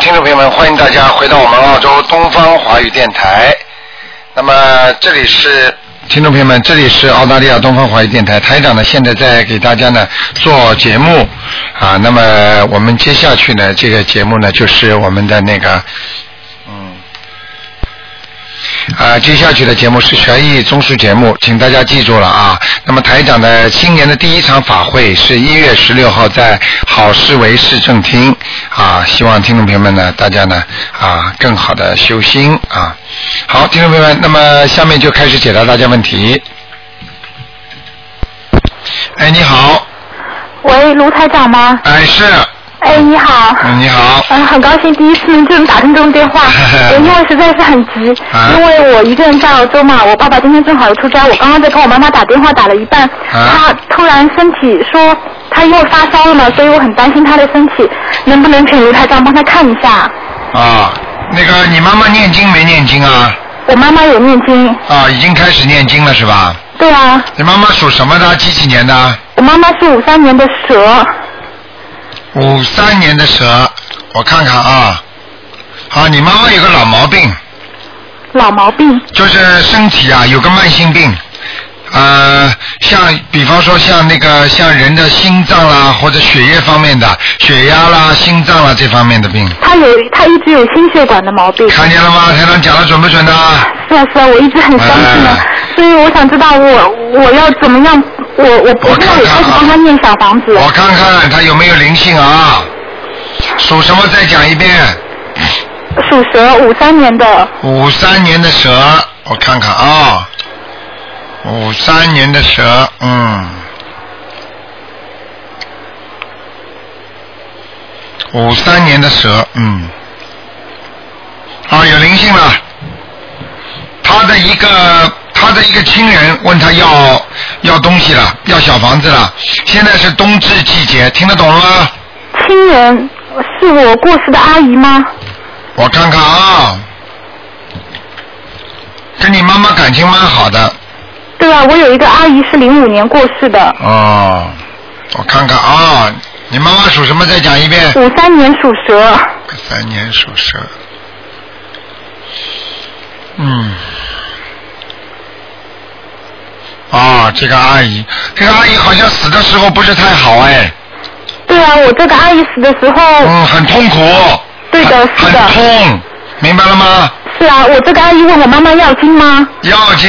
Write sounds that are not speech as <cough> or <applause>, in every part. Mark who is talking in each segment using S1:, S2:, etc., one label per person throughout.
S1: 众朋友们，欢迎大家回到我们澳洲东方华语电台。那么这里是听众朋友们，这里是澳大利亚东方华语电台台长呢，现在在给大家呢做节目啊。那么我们接下去呢，这个节目呢就是我们的那个嗯。啊，接下去的节目是悬疑综述节目，请大家记住了啊。那么台长的新年的第一场法会是一月十六号在好市维市政厅啊，希望听众朋友们呢，大家呢啊更好的修心啊。好，听众朋友们，那么下面就开始解答大家问题。哎，你好，
S2: 喂，卢台长吗？
S1: 哎是，
S2: 哎，你好。
S1: 嗯你好，，
S2: 嗯，很高兴第一次就能打通这种 <laughs> 电话因为实在是很急，
S1: 啊
S2: 因为我一个人在澳洲嘛，我爸爸今天正好有出差，我刚刚在跟我妈妈打电话打了一半，
S1: 啊
S2: 她突然身体说她因为发烧了嘛，所以我很担心她的身体，能不能请卢台长帮她看一下？
S1: 啊，那个你妈妈念经没念经啊？
S2: 我妈妈有念经，
S1: 啊，已经开始念经了是吧？
S2: 对啊，
S1: 你妈妈属什么的？几几年的？
S2: 我妈妈是五三年的蛇，
S1: 五三年的蛇，我看看啊。好，你妈妈有个老毛病，
S2: 老毛病，
S1: 就是身体啊有个慢性病，呃，像比方说像那个像人的心脏啦或者血液方面的血压啦、心脏啦这方面的病，
S2: 她有她一直有心血管的毛病。
S1: 看见了吗？台长讲的准不准呢？
S2: 是啊是啊，我一直很相信的，
S1: 哎
S2: 所以我想知道我我要怎么样，我我不
S1: 我
S2: 知道
S1: 看看
S2: 我开始
S1: 啊
S2: 帮他念小房子，
S1: 我看看他有没有灵性啊？属什么？再讲一遍。
S2: 属蛇五三年的，
S1: 五三年的蛇，我看看啊，五、三年的蛇，嗯，五三年的蛇，嗯，啊，有灵性了。他的一个他的一个亲人问他要要东西了，要小房子了。现在是冬至季节，听得懂了吗？
S2: 亲人是我过世的阿姨吗？
S1: 我看看啊，跟你妈妈感情蛮好的。
S2: 对啊，我有一个阿姨是零五年过世的，
S1: 哦，我看看啊、你妈妈属什么？再讲一遍。
S2: 五三年属蛇，
S1: 三年属蛇。嗯。啊、这个阿姨，这个阿姨好像死的时候不是太好哎，
S2: 对啊，我这个阿姨死的时候，
S1: 嗯，很痛苦，
S2: 哦对的
S1: 很
S2: 是的
S1: 很痛，明白了吗？
S2: 是啊，我这个阿姨问我妈妈要经吗？
S1: 要紧，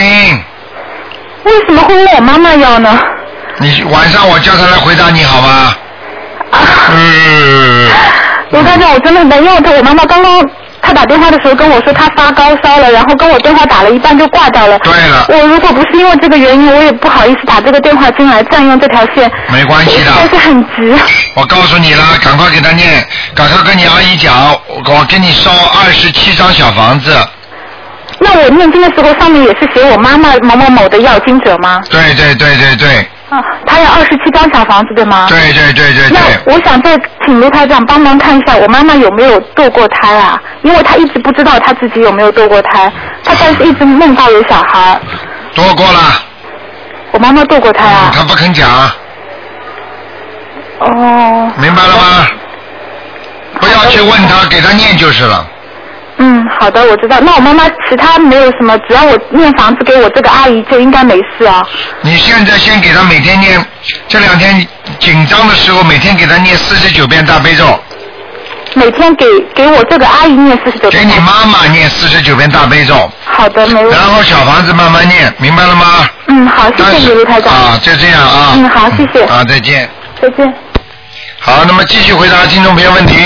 S2: 为什么会问我妈妈要呢？
S1: 你晚上我叫她来回答你好吗？
S2: 啊，
S1: 嗯，
S2: 卢台长，我真的很担心，因为我妈妈刚刚她打电话的时候跟我说她发高烧了，然后跟我电话打了一半就挂掉了。
S1: 对了，
S2: 我如果不是因为这个原因，我也不好意思打这个电话进来占用这条线。
S1: 没关系的。
S2: 我实在是很急。
S1: 我告诉你了，赶快给他念，赶快跟你阿姨讲，我我给你烧二十七张小房子。
S2: 那我念经的时候，上面也是写我妈妈某某某的要经者吗？
S1: 对对对对对，
S2: 啊，她要二十七张小房子，对吗？
S1: 对对对对对，
S2: 那我想再请卢台长帮忙看一下，我妈妈有没有堕过胎啊？因为她一直不知道她自己有没有堕过胎，她但是一直梦到有小孩儿。
S1: 多过了，
S2: 啊我妈妈堕过胎啊
S1: 嗯。他不肯讲，
S2: 哦。
S1: 明白了吗？不要去问他，给他念就是了。
S2: 嗯，好的，我知道。那我妈妈其他没有什么，只要我念房子给我这个阿姨就应该没事啊。
S1: 你现在先给他每天念，这两天紧张的时候，每天给他念四十九遍大悲咒，
S2: 每天给给我这个阿姨念四十九
S1: 给
S2: 遍。
S1: 你妈妈念四十九遍大悲咒，
S2: 好的，没问
S1: 然
S2: 题。
S1: 后小房子慢慢念，明白了吗？
S2: 嗯，好，谢谢
S1: 但
S2: 你，
S1: 是
S2: 卢台长。
S1: 啊，就这样啊。
S2: 嗯好谢谢
S1: 啊，再见。
S2: 再见。
S1: 好，那么继续回答听众朋友问题。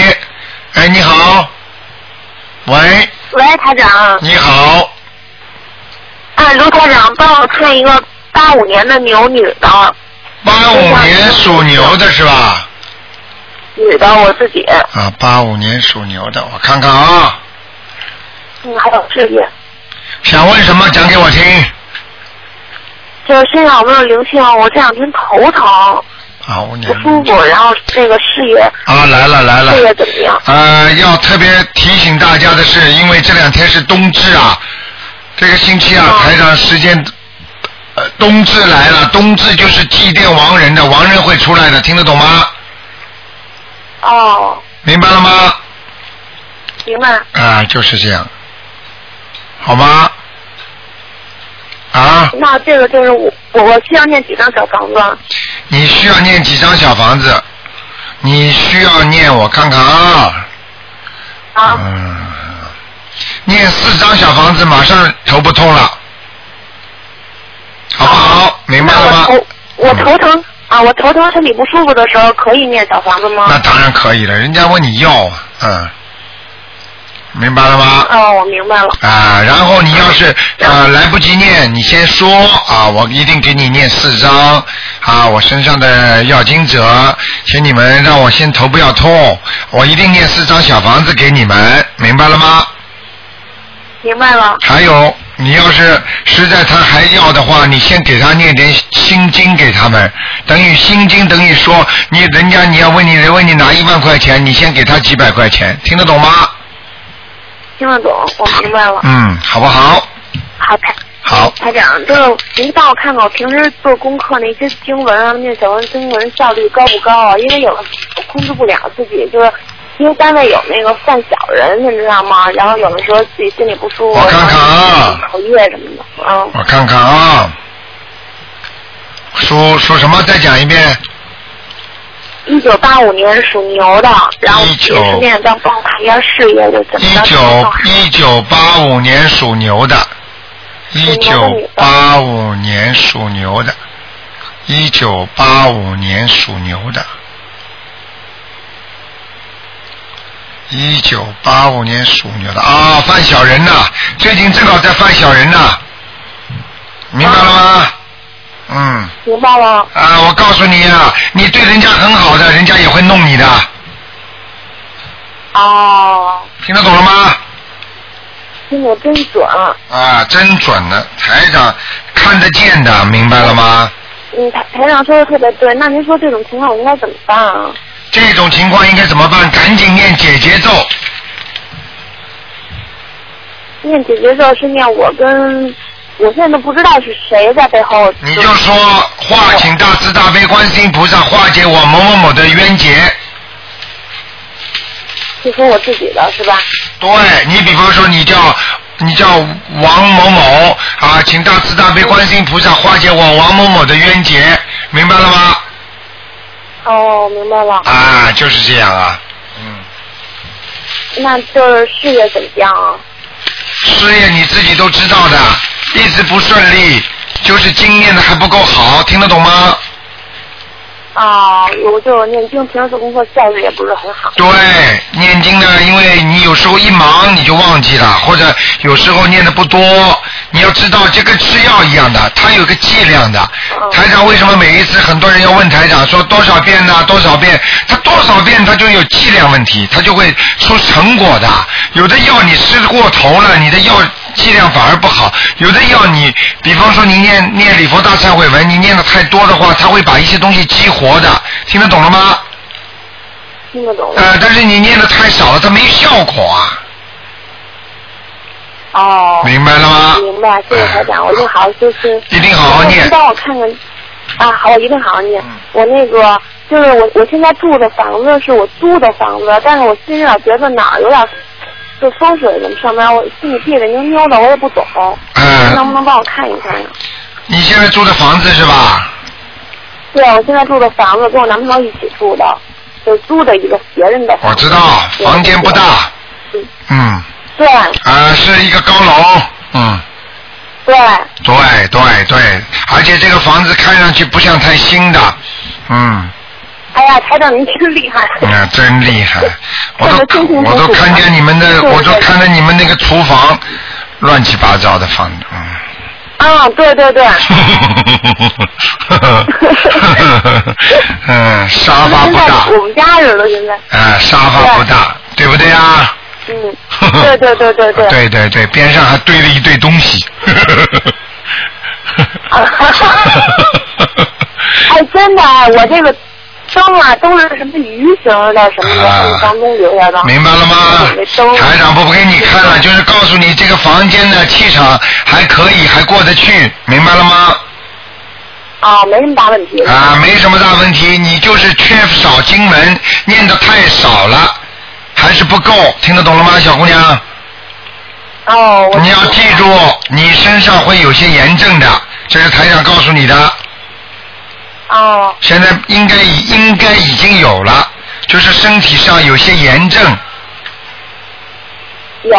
S1: 哎，你好。喂，
S3: 喂，台长。
S1: 你好，
S3: 啊，卢台长，帮我看一个八五年的牛女的，
S1: 八五年属牛的是吧？
S3: 女的我自己，
S1: 啊，八五年属牛的，我看看啊，
S3: 嗯，还有事业，
S1: 想问什么讲给我听。
S3: 就是身上有没有灵性？我这两天头疼，
S1: 八五年
S3: 不。舒
S1: 嗯
S3: 服，然后这个事业，
S1: 啊，来了来了。
S3: 事业怎么样？
S1: 呃，要特别提醒大家的是，因为这两天是冬至啊，这个星期啊，
S3: 哦
S1: 台长时间，呃，冬至来了，冬至就是祭奠亡人的，亡人会出来的，听得懂吗？
S3: 哦，
S1: 明白了吗？
S3: 行吗？
S1: 啊，就是这样，好吗？啊，
S3: 那这个就是我我我需要念几张小房子？啊
S1: 你需要念几张小房子？你需要念，我看看啊，
S3: 啊，
S1: 嗯，念四张小房子，马上头不痛了，好不好？明白
S3: 那
S1: 了
S3: 我
S1: 吗？嗯
S3: 头我头疼啊，我头疼身体不舒服的时候可以念小房子吗？
S1: 那当然可以了，人家问你要，嗯，明白了吗？
S3: 哦，我明白了。
S1: 啊，然后你要是呃来不及念，你先说啊，我一定给你念四张啊，我身上的要经者，请你们让我先头不要痛，我一定念四张小房子给你们，明白了吗？
S3: 明白了，
S1: 还有，你要是实在他还要的话，你先给他念点心经给他们，等于心经等于说你人家你要问你人问你拿一万块钱，你先给他几百块钱，听得懂吗？
S3: 听得懂，我明白了。
S1: 嗯，好不好？
S3: 好，台
S1: 好。
S3: 台长，就是您帮我看看我平时做功课那些经文啊，念小文经文效率高不高啊？因为有的我控制不了自己，就是因为单位有那个犯小人，你知道吗？然后有的时候自己心里不舒服，
S1: 我看看啊
S3: 口业什么的，嗯，
S1: 我看看啊，属属什么？再讲一遍。
S3: 一九八五年属牛的，然后
S1: 19
S3: 也是念当帮我看一下事业就怎么
S1: 一
S3: 着
S1: 九一九八五年属牛的，一九八五年属牛的，一九八五年属牛的，一九八五年属牛的啊，犯小人呐、最近正好在犯小人呐、明白了吗？嗯。
S3: 明白了，
S1: 啊，我告诉你啊，你对人家很好的，人家也会弄你的，
S3: 哦，
S1: 听得懂了吗？
S3: 听得真准，
S1: 啊，真准呢，台长看得见的，明白了吗？
S3: 嗯，台台长说的特别对，那您说这种情况我应该怎么办啊？
S1: 这种情况应该怎么办？赶紧念解结咒，
S3: 念姐姐咒是念我跟，我现在都不知道是谁在背后。
S1: 你就说话，请大慈大悲观世音菩萨化解我某某某的冤结。
S3: 就说我自己的是吧？
S1: 对你，比方说你叫你叫王某某啊，请大慈大悲观世音菩萨化解我王某某的冤结，明白了吗？
S3: 哦，明白了。
S1: 啊，就是这样啊，嗯。
S3: 那就是事业怎么样啊？
S1: 事业你自己都知道的，一直不顺利，就是经验的还不够好，听得懂吗？
S3: 啊，我就是念经，平时做工作效率也不是很好。
S1: 对，念经呢，因为你有时候一忙你就忘记了，或者有时候念的不多，你要知道这跟吃药一样的，它有个剂量的。
S3: 嗯
S1: 台长为什么每一次很多人要问台长说多少遍呢、多少遍？他多少遍他就有剂量问题，他就会出成果的。有的药你吃过头了，你的药剂量反而不好；有的药你，比方说你念念礼佛大忏悔文，你念的太多的话，它会把一些东西激活的。听得懂了吗？
S3: 听得懂了。
S1: 呃，但是你念的太少了，它没效果啊，
S3: 哦，
S1: 明白了吗？
S3: 明白，谢谢台长，我一定好好修心。
S1: 啊一定好好念
S3: 您帮我看看。啊，好，我一定好好念。
S1: 嗯
S3: 我那个就是我，我现在住的房子是我租的房子，但是我心里老觉得哪儿有点，就风水怎么上面，我心里别别扭扭的，我也不懂。
S1: 嗯
S3: 能不能帮我看啊一看呀？
S1: 你现在租的房子是吧？
S3: 对，我现在住的房子跟我男朋友一起住的，就租的一个别人的房
S1: 我
S3: 子。
S1: 知道，房间不大。
S3: 嗯
S1: 嗯，啊、
S3: 对
S1: 是一个高楼。嗯，
S3: 对，
S1: 对对对，而且这个房子看上去不像太新的。嗯，
S3: 哎呀，台长您真厉害。
S1: 啊，真厉害！我
S3: 看得清
S1: 都
S3: 清楚
S1: 我
S3: 楚
S1: 都看见你们的，
S3: 对
S1: 我都
S3: 对
S1: 看见你们那个厨房乱七八糟的房子。
S3: <laughs>
S1: 嗯。 <laughs>
S3: 啊，对对对。
S1: 嗯，沙发不大
S3: 现在，我们家似的，现在。
S1: 啊，沙发不大，对不对啊？
S3: 嗯，对对对对
S1: <laughs>
S3: 对。
S1: 对对对，边上还堆了一堆东
S3: <laughs>
S1: 西。
S3: 哎，真的，我这个灯啊都是什么鱼形的，什么的，
S1: 啊
S3: 当中留下的。
S1: 明白了吗
S3: 我这？灯
S1: 台长不给你看了，就是告诉你这个房间的气场还可以，还过得去，明白了吗？
S3: 啊，没什么大问题。
S1: 啊，没什么大问题，你就是缺少经文，念的太少了，还还是不够，听得懂了吗，小姑娘？
S3: 哦，我
S1: 你要记住，你身上会有些炎症的，这是台长告诉你的。
S3: 哦
S1: 现在应该已应该已经有了，就是身体上有些炎症
S3: 有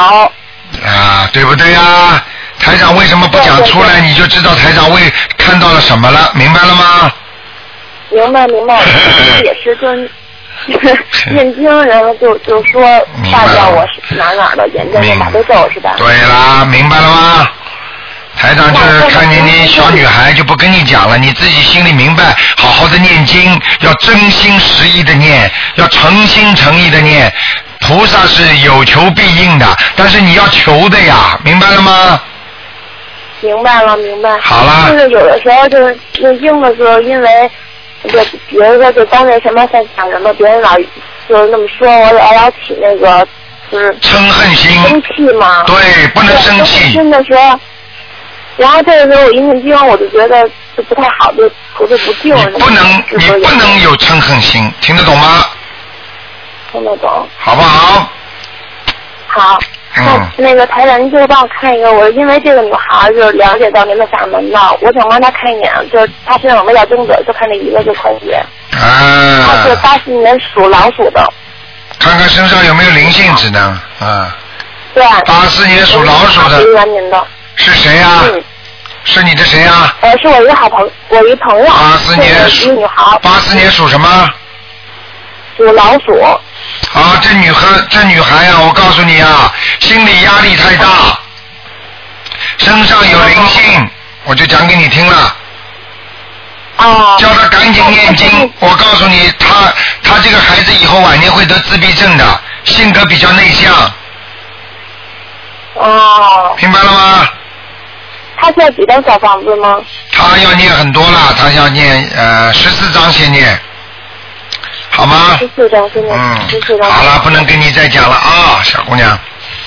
S1: 啊，对不对啊？台长为什么不讲出来，你就知道台长为看到了什么了，明白了吗？
S3: 明白明白，
S1: <laughs>
S3: 我也是就是。念经人了就就说
S1: 明白
S3: 大
S1: 了
S3: 叫我是哪儿哪儿的炎症，
S1: 明
S3: 我哪都走是吧？
S1: 对啦，明白了吗？台长就是看见你小女孩就不跟你讲了，你自己心里明白，好好的念经，要真心实意的念，要诚心诚意的念。菩萨是有求必应的，但是你要求的呀，明白了吗？
S3: 明白了，明白。
S1: 好啦
S3: 就是有的时候就是念经的时候，因为就比如说就当那什么在讲什么，别人老就是那么说，我老老起那个就是
S1: 嗔恨
S3: 生
S1: 心，
S3: 气嘛。
S1: 对，不能生
S3: 对
S1: 气
S3: 真。的时候，然后这个时候我一念经，我就觉得就不太好，就不是不
S1: 你
S3: 定什么。
S1: 不能，
S3: 是
S1: 你不
S3: 是
S1: 能有嗔恨心，听得懂吗？
S3: 听得懂。
S1: 好不好？
S3: 好，
S1: 嗯
S3: 那那个台长，您就是帮我看一个，我因为这个女孩儿就是了解到您的法门嘛，我想帮她看一眼，就是她身上有没有要精者，就看这一个就可以。她
S1: 啊
S3: 是，八四年属老鼠的，
S1: 看看身上有没有灵性，只能啊。
S3: 对。
S1: 八四年属老鼠的
S3: 是元年的，
S1: 是谁呀、
S3: 嗯，
S1: 是你的谁啊呀、
S3: 呃，是我一个好朋，我一朋友，啊
S1: 八四年
S3: 是一个
S1: 属
S3: 女孩儿，
S1: 八四年属什么？
S3: 属老鼠，
S1: 啊，这女孩，这女孩呀、我告诉你啊，心理压力太大，身上有灵性，我就讲给你听了。
S3: 哦，
S1: 叫他赶紧念经。我告诉你，他他这个孩子以后晚年会得自闭症的，性格比较内向，
S3: 哦，
S1: 明白了吗？
S3: 她需要几张小房子吗？
S1: 他要念很多了，他要念呃十四章先念，好吗
S3: 十？四张，现在十四
S1: 嗯，
S3: 张。
S1: 好了，不能跟你再讲了啊，小姑娘，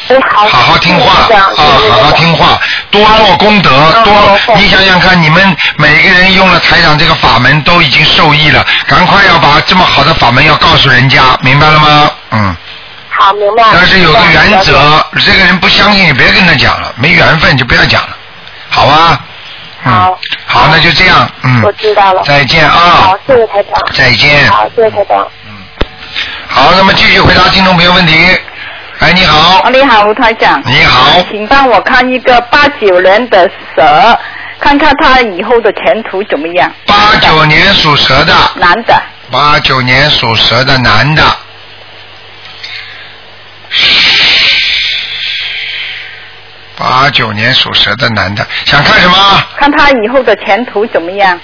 S3: 哎，好，
S1: 好好听话
S3: 谢谢嗯
S1: 啊，好好听话，多做功德，多，你想想看，你们每个人用了台长这个法门都已经受益了，赶快要把这么好的法门要告诉人家，明白了吗？嗯。
S3: 好，明白。
S1: 但是有个原
S3: 了解。
S1: 则，这个人不相信，你别跟他讲了，没缘分就不要讲了，好吧？嗯、
S3: 好
S1: 好，那就这样，
S3: 我
S1: 嗯，
S3: 知道了。
S1: 再见啊
S3: 好，，谢谢台长。
S1: 再见。
S3: 好，谢谢台长。
S1: 好，那么继续回答听众朋友问题。哎，你好
S4: 哦，，你好，吴台长。
S1: 你好，
S4: 请帮我看一个八九年的蛇，看看他以后的前途怎么样。
S1: 八九年属蛇的，
S4: 男的，
S1: 八九年属蛇的男的，八九年属蛇的男的，想看什么？
S4: 看他以后的前途怎么样？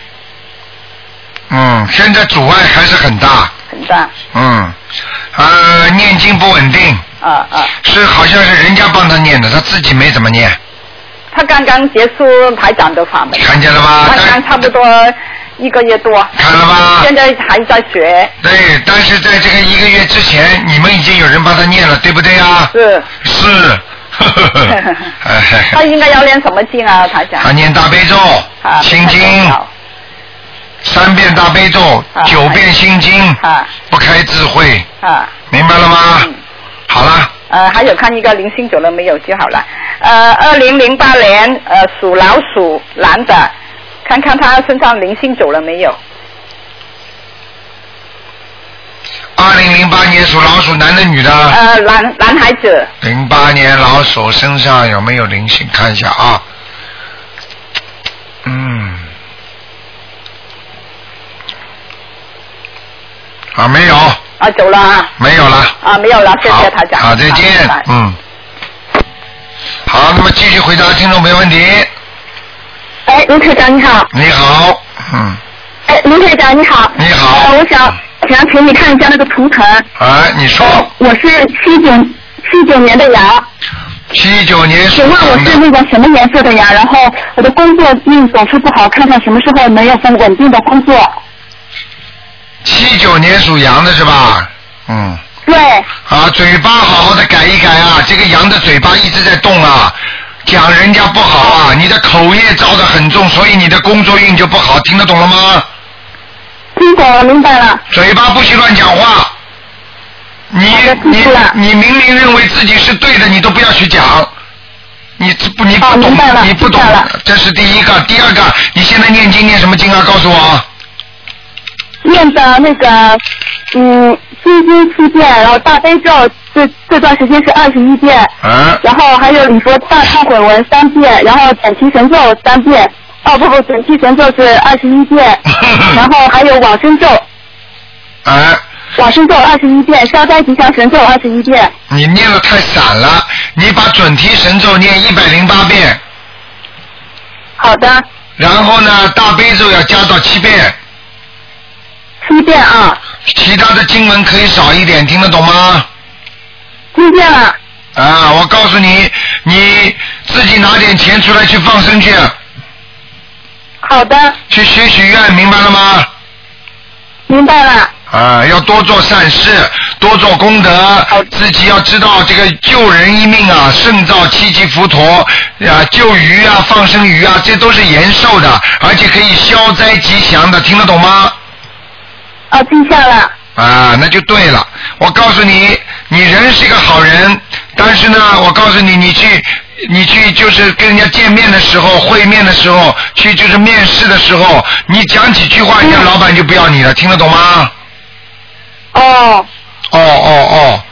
S1: 嗯，现在阻碍还是很大。
S4: 很大，
S1: 嗯，呃，念经不稳定，
S4: 啊啊，
S1: 是好像是人家帮他念的，他自己没怎么念，
S4: 他刚刚结束台长的法门，
S1: 看见了吧
S4: 他？刚差
S1: 但
S4: 不多一个月多，
S1: 看了吧
S4: 现？在还在学，
S1: 对，但是在这个一个月之前，你们已经有人帮他念了，对不对啊？
S4: 是。
S1: 是， <laughs>
S4: <laughs>
S1: 呵呵呵哎嘿
S4: 他
S1: 嘿
S4: 应该要练什么经啊，台长
S1: 他？念大悲咒
S4: 啊，，
S1: 心经
S4: 好
S1: 三遍大悲咒
S4: 啊，
S1: 九遍心经，
S4: 啊
S1: 不开智慧，
S4: 啊。
S1: 明白了吗？好了，
S4: 呃，还有看一个零星九了没有就好了。呃，二零零八年呃属老鼠男的，看看他身上零星九了没有？
S1: 二零零八年属老鼠，男的女的？
S4: 呃，男男孩子
S1: 零八年老鼠身上有没有灵性？看一下啊。嗯。啊，没有，
S4: 啊，走了啊，
S1: 没有了。
S4: 啊没有了，谢
S1: 好
S4: 谢台长。
S1: 好，再
S4: 拜
S1: 见
S4: 拜。
S1: 嗯。好，那么继续回答听众朋友问题。
S2: 哎，卢台长你好。
S1: 你好，嗯，
S2: 哎，卢台长你好。
S1: 你好
S2: 呃我想想请你看一下那个图腾。
S1: 哎，你说
S2: 呃，我是七九七九年的羊，
S1: 七九年属
S2: 请问我
S1: 羊
S2: 是
S1: 的，
S2: 那个什么颜色的羊？然后我的工作运总是不好，看看什么时候能有份稳定的工作。
S1: 七九年属羊的是吧？嗯。
S2: 对，
S1: 啊，嘴巴好好的改一改啊！这个羊的嘴巴一直在动啊，讲人家不好啊，你的口业造的很重，所以你的工作运就不好，听得懂了吗？
S2: 听懂了，明白了。
S1: 嘴巴不许乱讲话，你
S4: 好的
S1: 你
S4: 记住了
S1: 你明明认为自己是对的，你都不要去讲。你这不你不
S4: 哦
S1: 懂、
S4: 明白了
S1: 你不懂
S4: 明白了，
S1: 这是第一个。第二个，你现在念经念什么经啊？告诉我啊。
S2: 念的那个，嗯，心经嗯七遍，然后大悲咒这这段时间是二十一遍，
S1: 嗯，，
S2: 然后还有礼佛大忏悔文三遍，然后准提神咒三遍，哦不不，准提神咒是二十一遍然后还有往生咒，
S1: 哎，
S2: 往生咒二十一遍，消灾吉祥神咒二十一遍，
S1: 你念的太散了，你把准提神咒念一百零八遍，
S2: 好的，
S1: 然后呢，大悲咒要加到七遍，
S2: 七遍啊，
S1: 其他的经文可以少一点，听得懂吗？
S2: 听见了，
S1: 啊，我告诉你，你自己拿点钱出来去放生去，啊
S2: 好的，
S1: 去许许愿，明白了吗？
S2: 明白了，
S1: 啊，要多做善事，多做功德，自己要知道这个救人一命啊，胜造七级浮屠啊，救鱼啊，放生鱼啊，这都是延寿的，而且可以消灾吉祥的，听得懂吗？
S2: 哦记下了，
S1: 啊，那就对了。我告诉你，你人是一个好人，但是呢，我告诉你，你去，你去就是跟人家见面的时候、会面的时候、去就是面试的时候，你讲几句话，人家老板就不要你了，听得懂吗？
S2: 哦，
S1: 哦哦哦，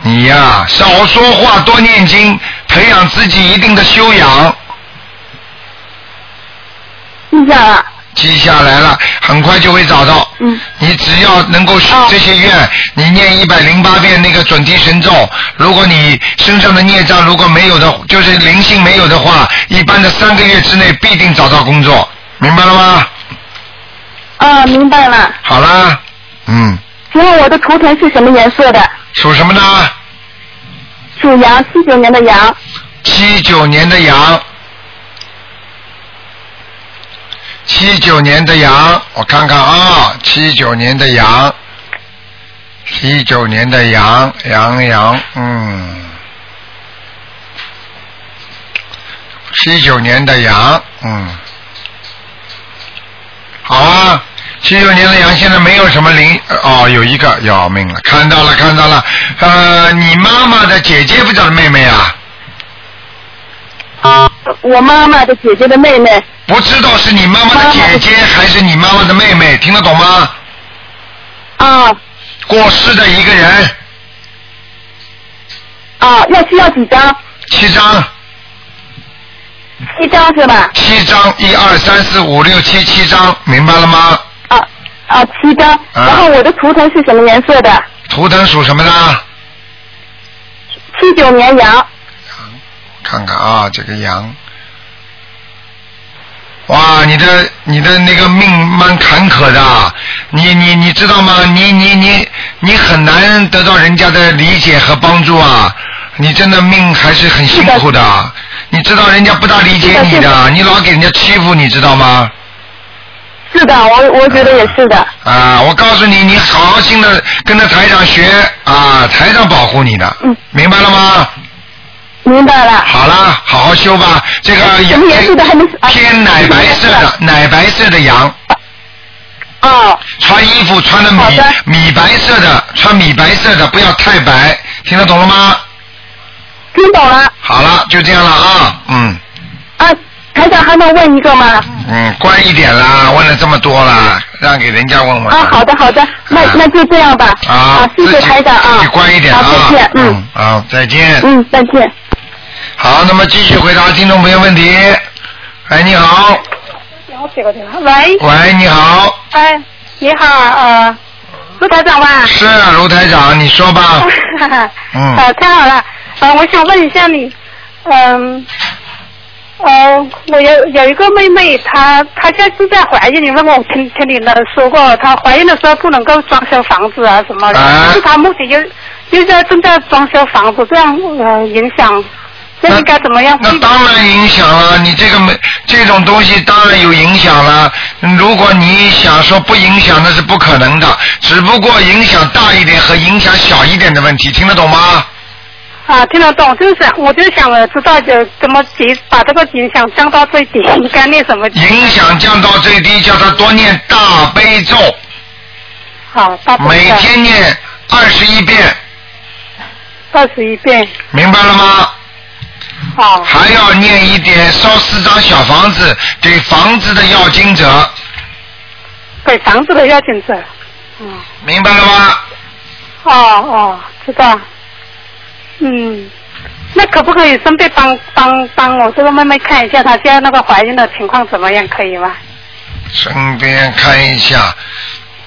S1: 你呀、少说话，多念经，培养自己一定的修养，
S2: 记下了，
S1: 记下来了，很快就会找到。
S2: 嗯，
S1: 你只要能够许
S2: 哦
S1: 这些愿，你念一百零八遍那个准提神咒，如果你身上的孽障如果没有的，就是灵性没有的话，一般的三个月之内必定找到工作，明白了吗？
S2: 哦明白了，
S1: 好啦，嗯，
S2: 请问我的图腾是什么颜色的？
S1: 属什么呢？
S2: 属羊，七九年的羊，
S1: 七九年的羊，七九年的羊，我看看啊，七九年的羊，七九年的羊，羊羊，嗯，七九年的羊，嗯，好啊。七九年的羊现在没有什么灵哦，有一个要命了，看到了看到了，呃，你妈妈的姐姐不叫妹妹啊？
S2: 啊，我妈妈的姐姐的妹妹，
S1: 不知道是你妈妈的姐姐还是你妈妈的妹妹，听得懂吗？
S2: 啊
S1: 过世的一个人，
S2: 啊，要需要几张？
S1: 七张，
S2: 七张是吧？
S1: 七张，一二三四五六七，七张，明白了吗？
S2: 啊啊，七张。然后我的图腾是什么颜色的？
S1: 图腾属什么呢？
S2: 七九年羊。
S1: 看看啊，这个羊，哇，你的你的那个命蛮坎坷的啊，你你你知道吗？你你你你很难得到人家的理解和帮助啊，你真的命还是很辛苦的啊。你知道人家不大理解你
S2: 是的
S1: 的，你老给人家欺负，你知道吗？
S2: 是的，我我觉得也是的。
S1: 啊，我告诉你，你好好心的跟着台长学啊，台长保护你的，
S2: 嗯
S1: 明白了吗？
S2: 明白了。
S1: 好啦，好好修吧。这个
S2: 什么颜色的还啊没啊
S1: 偏奶白色
S2: 什么
S1: 的，奶白色的羊，
S2: 哦，
S1: 穿衣服穿的米
S2: 好的
S1: 米白色的，穿米白色的，不要太白，听得懂了吗？
S2: 听懂了。
S1: 好了，就这样了啊，嗯
S2: 啊，台长还能问一个吗？
S1: 嗯，乖一点啦，问了这么多啦，让给人家问问。
S2: 啊，好的好的，那
S1: 啊
S2: 那就这样吧。
S1: 啊，
S2: 谢谢
S1: 自己
S2: 台长啊。
S1: 自己乖一点啊，
S2: 好，再见。嗯
S1: 嗯，啊，再见。
S2: 嗯，再见。
S1: 好，那么继续回答听众朋友问题。哎，你好，
S5: 喂，
S1: 喂，你好，
S5: 哎，你好，呃，卢台长吧？
S1: 是啊卢台长，你说吧。啊
S5: <laughs> 哦
S1: 嗯
S5: 呃，太好了，呃，我想问一下你，嗯、呃，我有有一个妹妹，她她现在正在怀孕，你问我听听你的说过，她怀孕的时候不能够装修房子啊什么的，
S1: 啊
S5: 但是她目前又又在正在装修房子，这样呃影响，这应该怎么样？
S1: 那
S5: 去
S1: 当然影响了，你这个没这种东西当然有影响了。嗯如果你想说不影响，那是不可能的。只不过影响大一点和影响小一点的问题，听得懂吗？
S5: 啊，听得懂，就是想，我就想了知道就怎么提把这个影响降到最低，应该念什么经？
S1: 影响降到最低，叫他多念大悲咒，
S5: 啊好，大部分
S1: 每天念二十一遍，
S5: 二十一遍。哦
S1: 明白了吗？
S5: 好，
S1: 还要念一点烧四张小房子给房子的要经者，
S5: 给房子的要紧者。嗯，
S1: 明白了吗？
S5: 哦哦，知道。嗯，那可不可以顺便帮帮帮我这个妹妹看一下她现在那个怀孕的情况怎么样，可以吗？
S1: 身边看一下，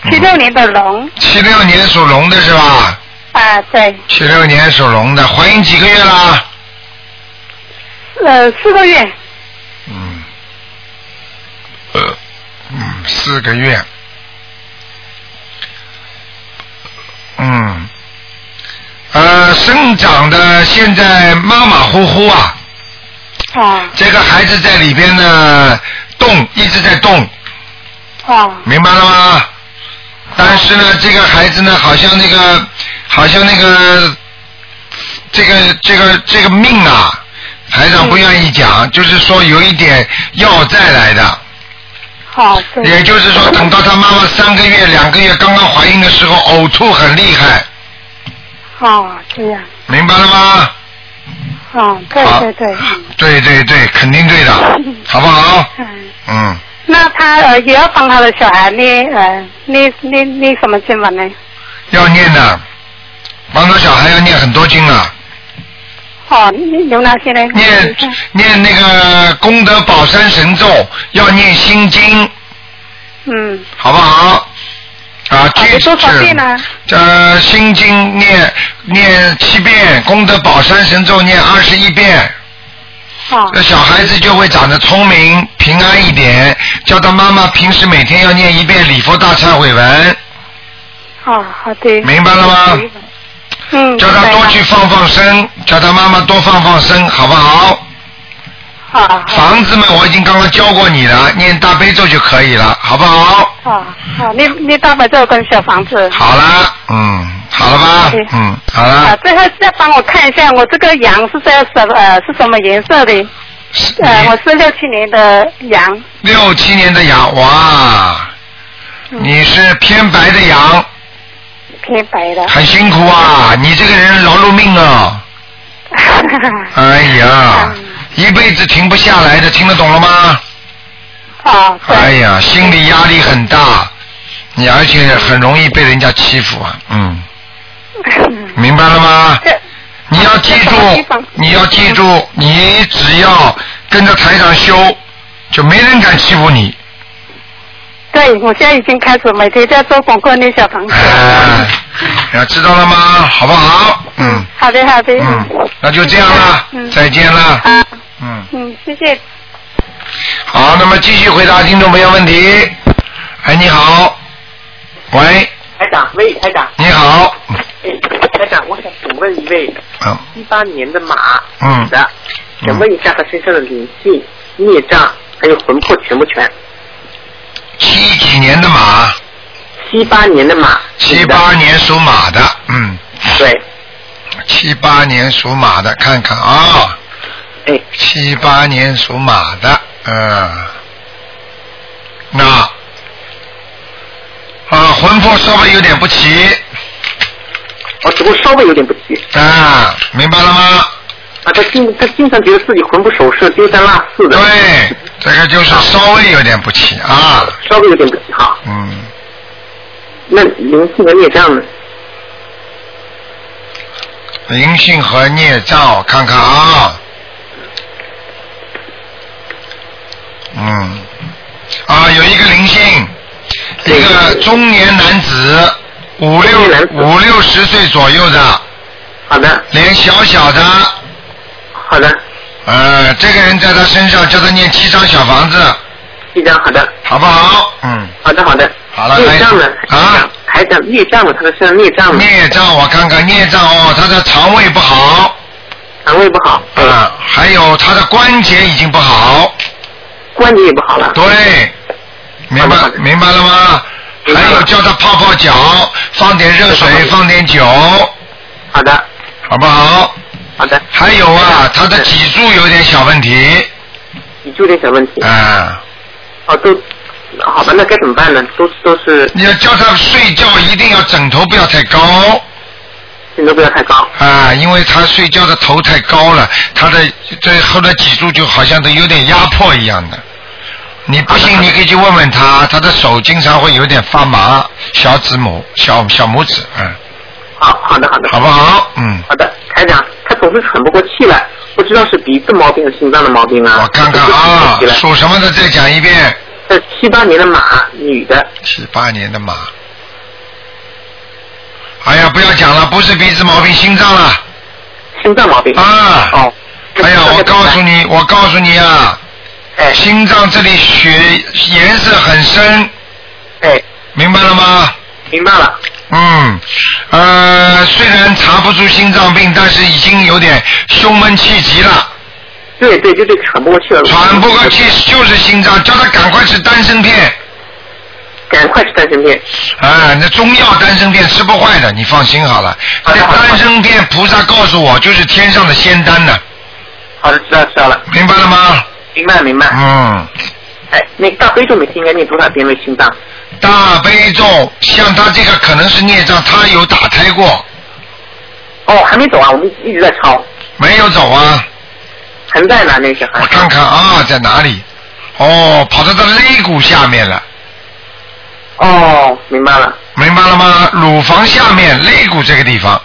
S1: 嗯
S5: 七六年的龙，
S1: 七六年属龙的是吧？
S5: 啊，对，
S1: 七六年属龙的，怀孕几个月啦？
S5: 呃，四个月，
S1: 嗯，呃，嗯，四个月，嗯，呃，生长的现在马马虎虎啊，
S5: 啊
S1: 这个孩子在里边呢动，一直在动，
S5: 啊
S1: 明白了吗？但是呢，这个孩子呢，好像那个，好像那个，这个这个这个命啊，台长不愿意
S5: 嗯
S1: 讲，就是说有一点要债来的，
S5: 好，哦对，
S1: 也就是说，等到他妈妈三个月、两个月刚刚怀孕的时候，呕吐很厉害，
S5: 啊，这样，
S1: 明白了吗？
S5: 啊，对
S1: 好
S5: 对对，嗯
S1: 对对对，肯定
S5: <laughs>
S1: 对的，好不好？
S5: 嗯，
S1: 嗯，
S5: 那她呃也要帮她的小孩念呃念念念什么经文呢？
S1: 要念的，帮他小孩要念很多经啊。
S5: 哦，念有哪些呢？
S1: 念念那个功德宝山神咒，要念心经，
S5: 嗯，
S1: 好不好？啊，
S5: 好
S1: 具
S5: 的多少遍啊呢
S1: 呃，心经念念七遍，功德宝山神咒念二十一遍，
S5: 好
S1: 那，小孩子就会长得聪明、平安一点。叫他妈妈平时每天要念一遍礼佛大忏悔文，
S5: 好好的，
S1: 明白了吗？
S5: 嗯，
S1: 叫他
S5: 明白
S1: 多
S5: 了
S1: 去放放生，叫他妈妈多放放生，好不好？
S5: 好好
S1: 房子嘛，我已经刚刚教过你了，念大悲咒就可以了，好不好？
S5: 好好，你你大白咒跟小房子。
S1: 好啦，嗯，好了吧
S5: 对，
S1: 嗯，好
S5: 啊，
S1: 啦。
S5: 最后再帮我看一下，我这个羊是在什么呃是什么颜色的？呃，我是六七年的羊，
S1: 六七年的羊，哇，
S5: 嗯
S1: 你是偏白的羊，
S5: 偏白的。 <laughs>
S1: 很辛苦啊，你这个人劳碌命啊，哎呀，
S5: 嗯
S1: 一辈子停不下来的，听得懂了吗？
S5: 啊，
S1: 哎
S5: 对，
S1: 呀，心理压力很大，你而且很容易被人家欺负啊，嗯，明白了吗？
S5: 这
S1: 你要记
S5: 在什么地
S1: 住
S5: 方，
S1: 你要记住，你只要跟着台上修，就没人敢欺负你。
S5: <laughs> 对我现在已经开始每天在做广告那小房子。
S1: 哎，要知道了吗？好不好？嗯
S5: 好的，好的。
S1: 嗯，那就这样了，
S5: 嗯
S1: 再见了。
S5: 啊，
S1: 嗯，
S5: 嗯，谢谢。
S1: 好，那么继续回答听众朋友问题。哎，你好，喂，
S6: 台长，喂，台长，
S1: 你好，
S6: 哎，台长，我想请问一位
S1: 嗯
S6: 一八年的马
S1: 嗯
S6: 女的，想问一下她身上的灵性、孽障还有魂魄全不全？
S1: 七几年的马，
S6: 七八年的马，
S1: 七
S6: 女的
S1: 八年属马的，嗯，
S6: 对，
S1: 七八年属马的，看看啊、
S6: 哎，
S1: 七八年属马的，嗯，那啊，魂魄稍微有点不齐
S6: 我只不过稍微有点不齐
S1: 啊，明白了吗？
S6: 啊，她经她经常觉得自己魂不守舍、丢三落四的，
S1: 对，这个就是稍微有点不齐啊，
S6: 稍微有点不齐哈。
S1: 嗯，
S6: 那灵性和孽障呢？
S1: 灵性和孽障，我看看啊，嗯，啊，有一个灵性，一个中年男子，五六
S6: 中年男子
S1: 五六十岁左右的，
S6: 好的，
S1: 脸小小的。
S6: 好的，
S1: 呃，这个人在他身上叫他念七张小房子，
S6: 一张好的，
S1: 好不好？嗯，
S6: 好的好的。
S1: 好了
S6: 孽障呢？
S1: 还啊，
S6: 台长，孽障呢？她的身上孽障呢？
S1: 孽障我看看，孽障哦，他的肠胃不好，
S6: 肠胃不好，
S1: 啊、还有他的关节已经不好，
S6: 关节也不好了。
S1: 对，明白
S6: 好的好的
S1: 明白了吗？
S6: 明白
S1: 还
S6: 了
S1: 有叫他泡泡脚，放点热水，
S6: 泡泡脚
S1: 放点酒，
S6: 好的，
S1: 好不好？
S6: 好的，嗯
S1: 还有啊，他的脊柱有点小问题，
S6: 脊柱点小问题。
S1: 啊、
S6: 哦，都好吧，那该怎么办呢？都都是
S1: 你要叫他睡觉一定要枕头不要太高，
S6: 你都不要太高。
S1: 啊，因为他睡觉的头太高了，他的这后来脊柱就好像都有点压迫一样的。你不信，你可以去问问他，他的手经常会有点发麻，小指拇、小小拇指，嗯，
S6: 好，好的，好的，
S1: 好不好？嗯，
S6: 好的，台长，他总是喘不过气来，不知道是鼻子毛病还是心脏的毛病啊。
S1: 我看看
S6: 总是喘不
S1: 啊
S6: 过气，来
S1: 属什么的再讲一遍。
S6: 这七八年的马，女的，
S1: 七八年的马，哎呀，不要讲了，不是鼻子毛病，心脏了
S6: 心脏毛病。
S1: 啊！
S6: 哦。
S1: 哎呀，我告诉
S6: 你，
S1: 你，我告诉你啊，
S6: 哎
S1: 心脏这里血颜色很深，
S6: 哎，
S1: 明白了吗？
S6: 明白了。
S1: 嗯，呃，虽然查不出心脏病，但是已经有点胸闷气急了，
S6: 对对，就这个喘不过气了。
S1: 喘不过气，就是心脏，叫他赶快吃丹参片。
S6: 赶快吃丹参片。
S1: 啊，那中药丹参片吃不坏的，你放心好了。
S6: 好
S1: 这
S6: 的好的
S1: 丹参片，菩萨告诉我，就是天上的仙丹呢，
S6: 好的，知道知道了，
S1: 明白了吗？
S6: 明白了明白了。
S1: 嗯，
S6: 哎，那个大悲咒每天应该念多少遍为心脏？
S1: 大悲咒，像他这个可能是孽障，他有打胎过，
S6: 哦，还没走啊，我们一直在抄，
S1: 没有走啊？
S6: 还在呢那个小
S1: 我
S6: 孩。
S1: 看看啊，在哪里？哦，跑到他肋骨下面了，
S6: 哦，明白了。
S1: 明白了吗？乳房下面肋骨这个地方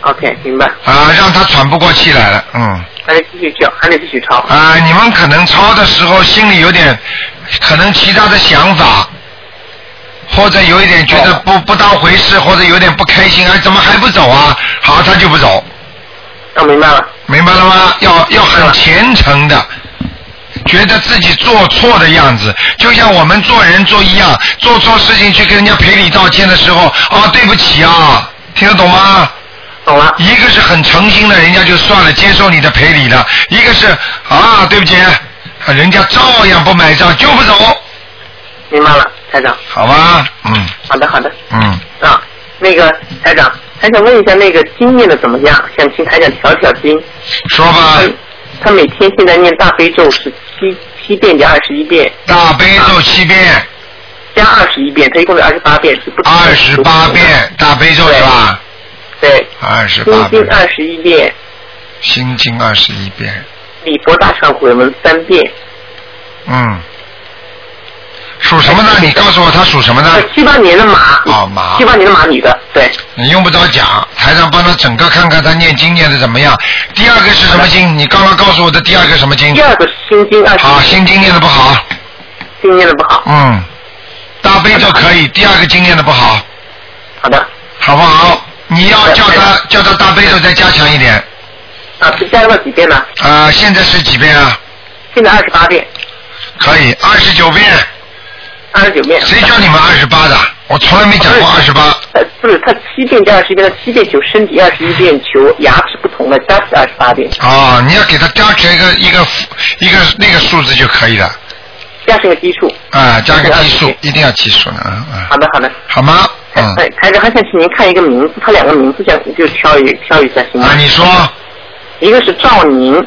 S6: OK，明白。
S1: 啊，让他喘不过气来了，嗯。
S6: 还得继续叫，还得继续抄。
S1: 啊，你们可能抄的时候心里有点，可能其他的想法，或者有一点觉得不不当回事，或者有点不开心，哎，怎么还不走啊？好，他就不走，
S6: 哦，明白了。
S1: 明白了吗？要要很虔诚的，觉得自己做错的样子，就像我们做人做一样，做错事情去跟人家赔礼道歉的时候，啊，对不起啊，听得懂吗？
S6: 懂了。
S1: <laughs> 一个是很诚心的，人家就算了，接受你的赔礼了；一个是啊，对不起，啊人家照样不买账，就不走，
S6: 明白了，台长。
S1: 好吧？嗯
S6: 好的，好的。
S1: 嗯，
S6: 啊，那个台长，还想问一下那个经念的怎么样？想请台长调调经。
S1: 说吧，
S6: 他每天现在念大悲咒是七七遍加二十一遍
S1: 大悲咒七遍，
S6: 加二十一遍，他一共是二十八遍，是不？
S1: 二十八。遍大悲咒是吧？
S6: 对，
S1: 二十八
S6: 心经
S1: 遍，
S6: 二十一遍，
S1: 心经二十一遍，
S6: 礼佛大忏悔文三遍。
S1: 嗯。属什么呢？你告诉我他属什么呢？
S6: 七八年的马。
S1: 啊哦马
S6: 七八年的马女的，对。
S1: 你用不着讲，台上帮他整个看看他念经念的怎么样。第二个是什么经？你刚刚告诉我的第二个什么经
S6: 第？二个是心经二
S1: 嗯
S6: 十
S1: 好，心经念的不好。啊
S6: 经念的不好。
S1: 嗯，大悲咒可以，第二个经念的不好，
S6: 好的，
S1: 好不好？你要叫他叫他大悲咒再加强一点。
S6: 啊，是加了几遍呢？
S1: 啊，现在是几遍啊？
S6: 现在二十八遍，
S1: 可以，二十九遍。
S6: 二十九遍。
S1: 谁叫你们二十八的？我从来没讲过二十八。
S6: 呃，不是，他七遍加二十一遍，他七遍求身体，二十一遍求牙齿不同的，加起二十八遍，
S1: 哦，你要给他加起来一个一个一个那个数字就可以了。
S6: 加上个基数。
S1: 啊，加个基数
S6: 对，
S1: 一定要基数呢，嗯
S6: 好
S1: 嗯，
S6: 的，好的。
S1: 好吗？嗯。
S6: 哎，台长还想请您看一个名字，他两个名字想就挑一挑一下行吗
S1: 啊，？你说
S6: 一个是赵宁，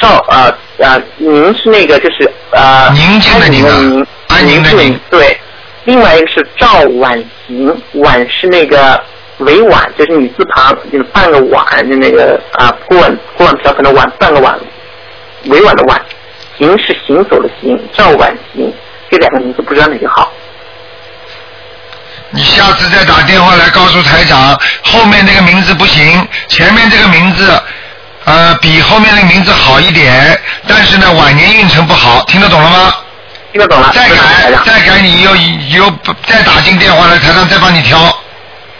S6: 赵呃呃宁是那个就是呃
S1: 宁静的宁啊安
S6: 安
S1: 宁
S6: 宁
S1: 的
S6: 是
S1: 宁
S6: 对。另外一个是赵婉行，婉是那个委婉，就是女字旁，就是半个碗，就那个啊锅碗锅碗瓢盆的碗，半个碗，委婉的婉。行是行走的行，赵婉行，这两个名字不知道哪个好。
S1: 你下次再打电话来告诉台长，后面这个名字不行，前面这个名字，呃，比后面那个名字好一点，但是呢，晚年运程不好，听得懂了吗？
S6: 啊听得懂了？
S1: 再
S6: 知道了台
S1: 改，
S6: 长。
S1: 再改，你又又再打进电话来，台长再帮你挑，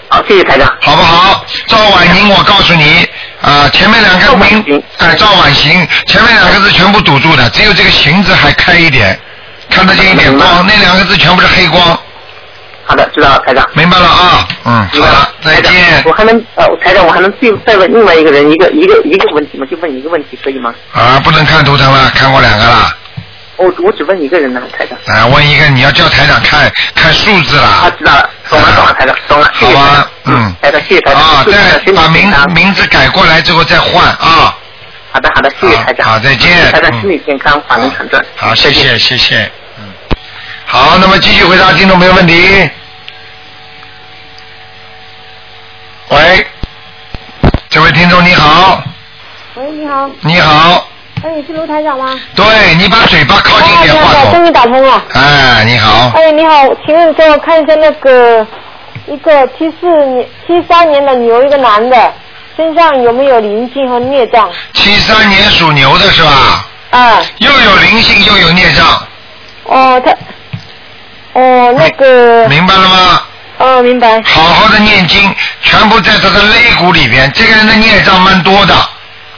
S6: 好，谢谢台长。
S1: 好不好？赵婉宁，我告诉你，啊、前面两个
S6: 赵婉
S1: 名
S6: 行，
S1: 哎、赵婉行，前面两个字全部堵住的，只有这个行字还开一点，看得见一点光，那两个字全部是黑光，
S6: 好的，知道了，台长。
S1: 明白了啊？嗯，好
S6: 明白
S1: 了
S6: 了，，
S1: 再
S6: 台长
S1: 见
S6: 我。还能呃，台长，我还能再再问另外一个人一个一个一个问题吗？就问一个问题可以吗？
S1: 啊，不能看图腾了，看过两个了。
S6: 我我只问一个人呢，台长。
S1: 啊，问一个，你要叫台长看看数字
S6: 啊，
S1: 啦。
S6: 知道了，懂了懂了，台长，懂了，谢
S1: 好
S6: 谢台
S1: 吧
S6: 长，，
S1: 嗯。
S6: 台长，谢谢台长，
S1: 啊，
S6: 祝台
S1: 再
S6: 长身体
S1: 把
S6: 健康
S1: 名名字改过来之后再换啊。
S6: 好的好的，谢谢台长，
S1: 好好再见
S6: 祝台
S1: 嗯
S6: 长身体健康，法能长转，
S1: 好，谢
S6: 再见
S1: 谢谢谢，嗯。好，那么继续回答听众朋友问题。喂，位听众你好，
S7: 喂，你好，
S1: 你好，
S7: 哎，你是卢台长吗？
S1: 对你把嘴巴靠近一点
S7: 啊，你
S1: 话
S7: 好，终
S1: 筒。
S7: 于打通了。
S1: 哎，你好，
S7: 哎，你好，请问给我看一下那个一个七四年、七三年的牛，一个男的，身上有没有灵性和孽障？
S1: 七三年属牛的是吧？
S7: 啊，
S1: 又有灵性又有孽障，
S7: 哦，他，哦，那个，
S1: 明白了吗？
S7: 哦，明白。
S1: 好好的念经，全部在他的肋骨里边。这个人的孽障蛮多的，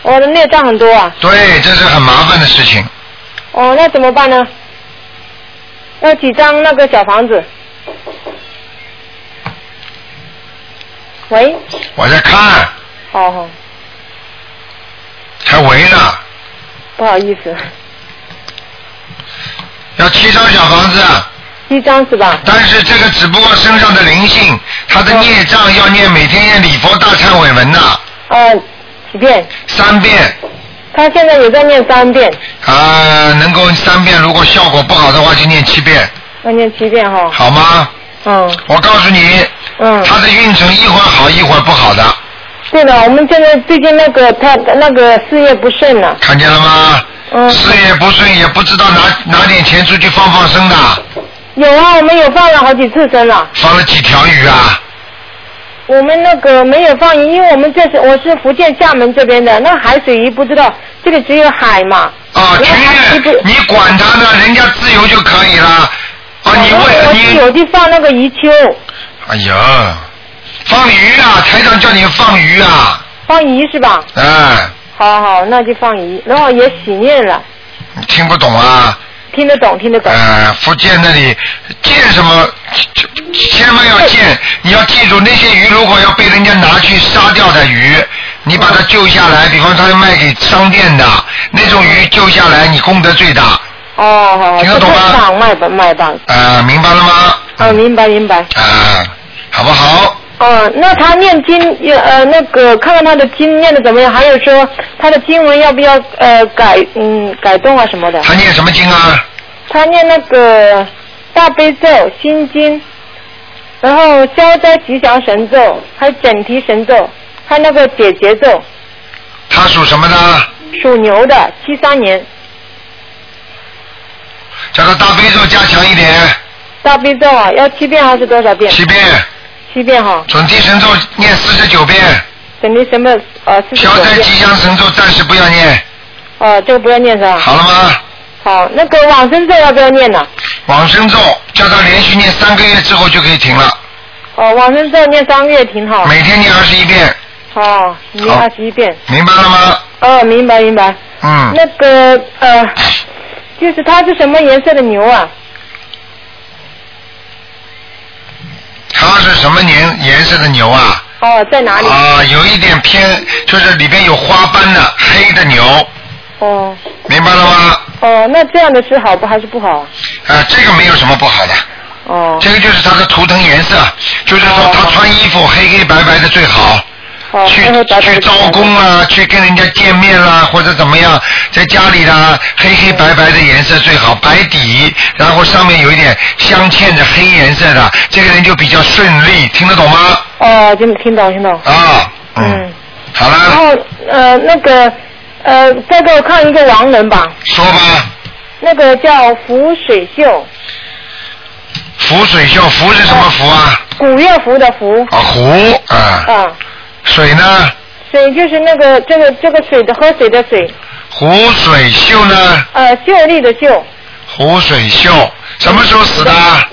S7: 我的孽障很多啊。
S1: 对，这是很麻烦的事情。
S7: 哦，那怎么办呢？要几张那个小房子？喂，哦
S1: 我在看，
S7: 好好，
S1: 还围呢，
S7: 不好意思，
S1: 要七张小房子，啊
S7: 一张是吧？
S1: 但是这个只不过身上的灵性，他的孽障要念每天念礼佛大忏悔文呐，
S7: 呃，几遍？
S1: 三遍。
S7: 他现在也在念三遍，
S1: 啊、能够三遍，如果效果不好的话，就念七遍，
S7: 要念七遍哈、
S1: 好吗？
S7: 嗯
S1: 我告诉你，
S7: 嗯，
S1: 他的运程一会儿好一会儿不好的，
S7: 对了，我们现在最近那个他那个事业不顺了，
S1: 看见了吗？
S7: 嗯，
S1: 事业不顺，也不知道拿拿点钱出去放放生的，
S7: 有啊，我们有放了好几次生了，
S1: 放了几条鱼啊？
S7: 啊我们那个没有放，因为我们这是我是福建厦门这边的，那海水鱼不知道，这里只有海嘛，
S1: 啊，
S7: 我还
S1: 去
S7: 是不，
S1: 你管他呢，人家自由就可以了。啊，你
S7: 我
S1: 问
S7: 是
S1: 你
S7: 有，地放那个鱼鳅，
S1: 哎呀，放鱼啊！台长叫你放鱼啊！
S7: 放鱼是吧？
S1: 哎，
S7: 好好，那就放鱼，然后也许念了，
S1: 你听不懂啊？
S7: 听得懂，听得懂，
S1: 呃，福建那里建什么，这这千万要建。你要记住，那些鱼如果要被人家拿去杀掉的鱼，你把它救下来，比方它要卖给商店的那种鱼救下来，你功德最大。
S7: 哦，好，
S1: 听得
S7: 就
S1: 懂吗
S7: 看上卖吧卖吧，
S1: 呃，明白了吗？
S7: 哦，明白明白。
S1: 啊、好不好？
S7: 哦，那他念经也呃那个看看他的经念的怎么样，还有说他的经文要不要呃改嗯改动啊什么的。
S1: 他念什么经啊？
S7: 他念那个大悲咒、心经，然后消灾吉祥神咒，还有整提神咒，还有那个解结咒。
S1: 他属什么的？
S7: 属牛的，七三年，
S1: 叫他大悲咒加强一点，
S7: 大悲咒啊，要七遍还是多少遍？
S1: 七遍，
S7: 七遍哈，
S1: 准提神咒念四十九遍，
S7: 整提什么呃四十
S1: 消
S7: 九
S1: 灾吉
S7: 遍。
S1: 祥神咒暂时不要念，
S7: 哦，这个不要念是吧？
S1: 好了吗？
S7: 好，那个往生咒要不要念呢、
S1: 往生咒叫他连续念三个月之后就可以停了，
S7: 哦，往生咒念三个月挺好。
S1: 每天念二十一遍，
S7: 哦，念
S1: 好
S7: 二十一遍。
S1: 明白了吗？
S7: 哦，明白明白。
S1: 嗯，
S7: 那个呃，就是它是什么颜色的牛啊？
S1: 他是什么年颜色的牛啊？
S7: 哦，在哪里？
S1: 啊，有一点偏，就是里边有花斑的黑的牛，
S7: 哦
S1: 明白了吗？
S7: 哦，那这样的是好不还是不好啊？
S1: 啊，这个没有什么不好的，
S7: 哦
S1: 这个就是它的图腾颜色，就是说他穿衣服黑黑白白的最好。
S7: 哦，
S1: 去
S7: 最后找
S1: 去招工啦，去跟人家见面啦，或者怎么样，在家里啦，黑黑白白的颜色最好，白底，然后上面有一点镶嵌着黑颜色的，这个人就比较顺利，听得懂吗？
S7: 哦，听听懂听懂。
S1: 啊，嗯，
S7: 嗯，
S1: 好
S7: 然
S1: 了，
S7: 后呃那个呃再给我看一个亡人吧，
S1: 说吧，
S7: 那个叫符水秀，
S1: 福水秀，福是什么福啊？
S7: 古月符的符
S1: 啊，湖啊，
S7: 啊，
S1: 水呢？
S7: 水就是那个这个这个水的喝水的水，
S1: 湖水秀呢？
S7: 呃秀丽的秀，
S1: 湖水秀什么时候死的啊？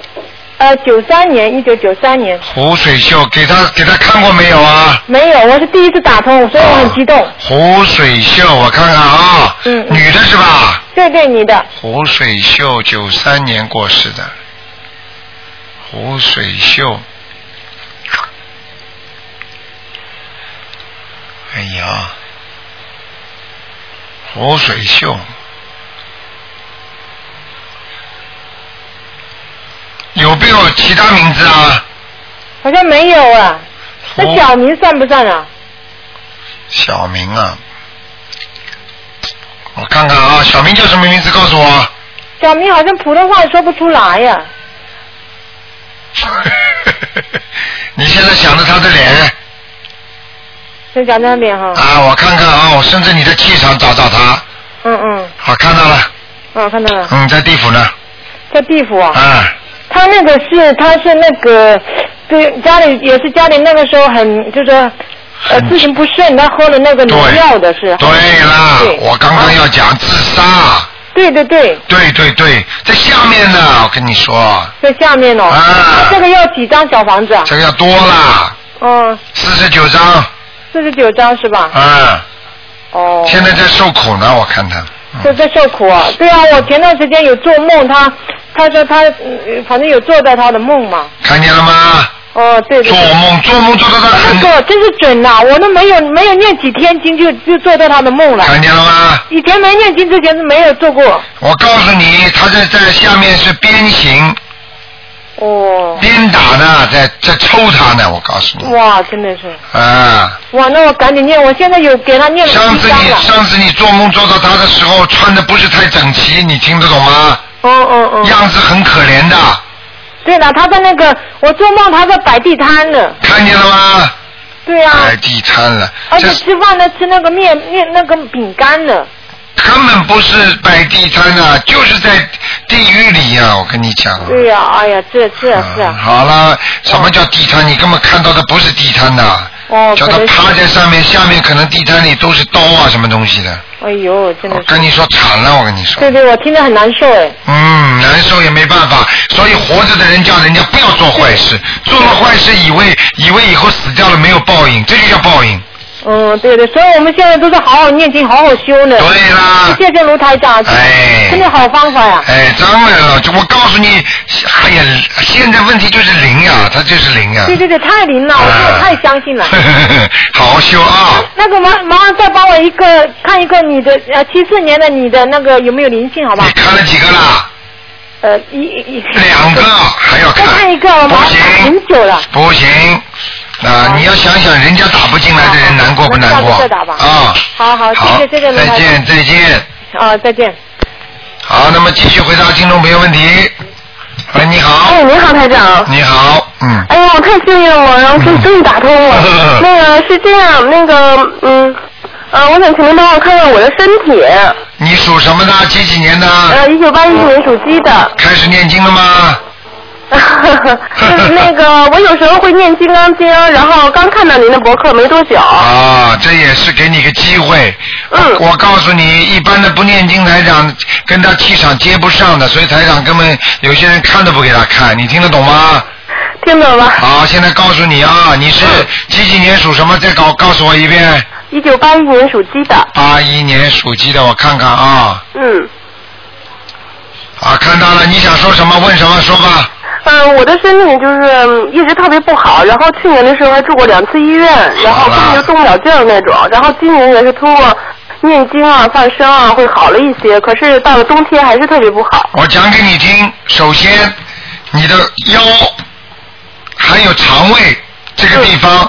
S7: 呃九三年一九九三年。
S1: 湖水秀给他给他看过没有啊？
S7: 没有，我是第一次打通，所以我很激动。
S1: 湖水秀，我看看啊，
S7: 嗯嗯
S1: 女的是吧？
S7: 这对你的，
S1: 湖水秀九三年过世的，湖水秀，哎呀，湖水秀，有没有其他名字啊？
S7: 好像没有啊。
S1: 湖
S7: 那小明算不算啊？
S1: 小明啊，我看看啊，小明叫什么名字？告诉我。 <laughs>
S7: 小明好像普通话说不出来呀、
S1: 你现在想着他的脸，
S7: 是讲那边哈。
S1: 啊，我看看啊，我顺着你的气场找找他。
S7: 嗯嗯，
S1: 好，看到了，
S7: 啊，
S1: <laughs>
S7: 看到了，
S1: 嗯，在地府呢，
S7: 在地府啊。
S1: 啊，
S7: 他那个是他是那个对家里也是家里那个时候很就是呃
S1: 很
S7: 事情不顺，他喝了那个农
S1: 嗯对
S7: 药的是。
S1: 对啦
S7: 对，
S1: 我刚刚要讲自杀，
S7: 对对对，
S1: 对对对，在下面呢，我跟你说，
S7: 在下面哦。
S1: 啊
S7: 这个要几张小房子啊？
S1: 这个要多啦，
S7: 嗯，
S1: 四十九章，
S7: 四十九张是吧？
S1: 啊，
S7: 哦。
S1: 现在在受苦呢，我看他，
S7: 就
S1: 嗯，
S7: 在受苦啊。对啊，我前段时间有做梦，他他说他嗯反正有做到他的梦嘛。
S1: 看见了吗？
S7: 哦，对对
S1: 做
S7: 对。
S1: 梦做梦做到他
S7: 这
S1: 很，
S7: 个真是准呐、我都没有没有念几天经就就做到他的梦了。
S1: 看见了吗？
S7: 以前没念经之前是没有做过。
S1: 我告诉你，他在在下面是鞭刑
S7: 哦，
S1: 鞭打呢，在在抽他呢，我告诉你，
S7: 哇，真的是，
S1: 啊。
S7: 哇，那我赶紧念，我现在有给他念了
S1: 上
S7: 七
S1: 次
S7: 张
S1: 你
S7: 了。
S1: 上次你做梦做到他的时候，穿的不是太整齐，你听得懂吗？
S7: 哦哦哦，
S1: 样子很可怜的，
S7: 对了，他在那个，我做梦他在摆地摊呢。
S1: 看见了吗？
S7: 对啊，
S1: 太地摊了，
S7: 而且
S1: 哎这啊
S7: 吃饭呢吃那个面面那个饼干呢。
S1: 根本不是摆地摊呐、就是在地狱里呀、我跟你讲。
S7: 对呀、哎呀，这这
S1: 嗯
S7: 是啊，
S1: 好了，什么叫地摊？你根本看到的不是地摊呐、
S7: 哦，
S1: 叫
S7: 可
S1: 他
S7: 能
S1: 趴
S7: 是，
S1: 在上面，下面可能地摊里都是刀啊，什么东西的。
S7: 哎呦，真
S1: 我
S7: 的是，
S1: 跟你说惨了，我跟你说。
S7: 对对，我听着很难受哎。
S1: 嗯，难受也没办法，所以活着的人叫人家不要做坏事，做了坏事以为以为以后死掉了没有报应，这就叫报应。
S7: 嗯，对对，所以我们现在都是好好念经，好好修呢。
S1: 对啦，
S7: 谢谢卢台长，
S1: 哎
S7: 真的好方法呀。
S1: 哎，当然了，就我告诉你，哎呀，现在问题就是灵呀、它就是灵呀、
S7: 对对对，太灵了，我真的
S1: 啊
S7: 太相信了。
S1: <laughs> 好好修
S7: <laughs>
S1: 啊！
S7: 那个麻麻烦再帮我一个看一个你的呃七四年的你的那个有没有灵性好吧
S1: 你？看了几个啦？哎
S7: 呃一一一
S1: 两个还要
S7: 再
S1: 看？
S7: 看一个，我麻
S1: 不
S7: 烦
S1: 行
S7: 很久了。
S1: 不行，啊，你要想想人家打不进来的人难过不难过
S7: 那下次再打吧
S1: 啊？
S7: 好好，谢
S1: 好
S7: 谢谢谢，卢
S1: 再
S7: 台
S1: 见
S7: 长。
S1: 再见。
S7: 啊，再见。
S1: 好，那么继续回答听众朋友问题。喂，你好，
S2: 哎，你好，台长。
S1: 你好，嗯，
S2: 哎呀，我太幸运了，我然后终终于打通了。那个是这样，那个嗯，呃，我想请您帮我看看我的身体。
S1: 你属什么的？几几年的？
S2: 呃，一九八一年属鸡的。 <laughs>
S1: 开始念经了吗？
S2: 就是那个，我有时候会念《金刚经》，啊然后刚看到您的博客没多久。
S1: 啊，这也是给你个机会。
S2: 嗯
S1: 我告诉你，一般的不念经台长跟他气场接不上的，所以台长根本有些人看都不给他看，你听得懂吗？
S2: 听懂了？
S1: 好，现在告诉你啊，你是几几年属什么？再告告诉我一遍。
S2: 一九八一年属鸡的。
S1: 八一年属鸡的，我看看啊
S2: 嗯，
S1: 啊，看到了，你想说什么问什么说吧。
S2: 嗯，我的身体就是嗯一直特别不好，然后去年的时候还住过两次医院，然后根本就动不了劲儿那种，然后今年也是通过念经啊、放生啊会好了一些，可是到了冬天还是特别不好。
S1: 我讲给你听，首先你的腰还有肠胃这个地方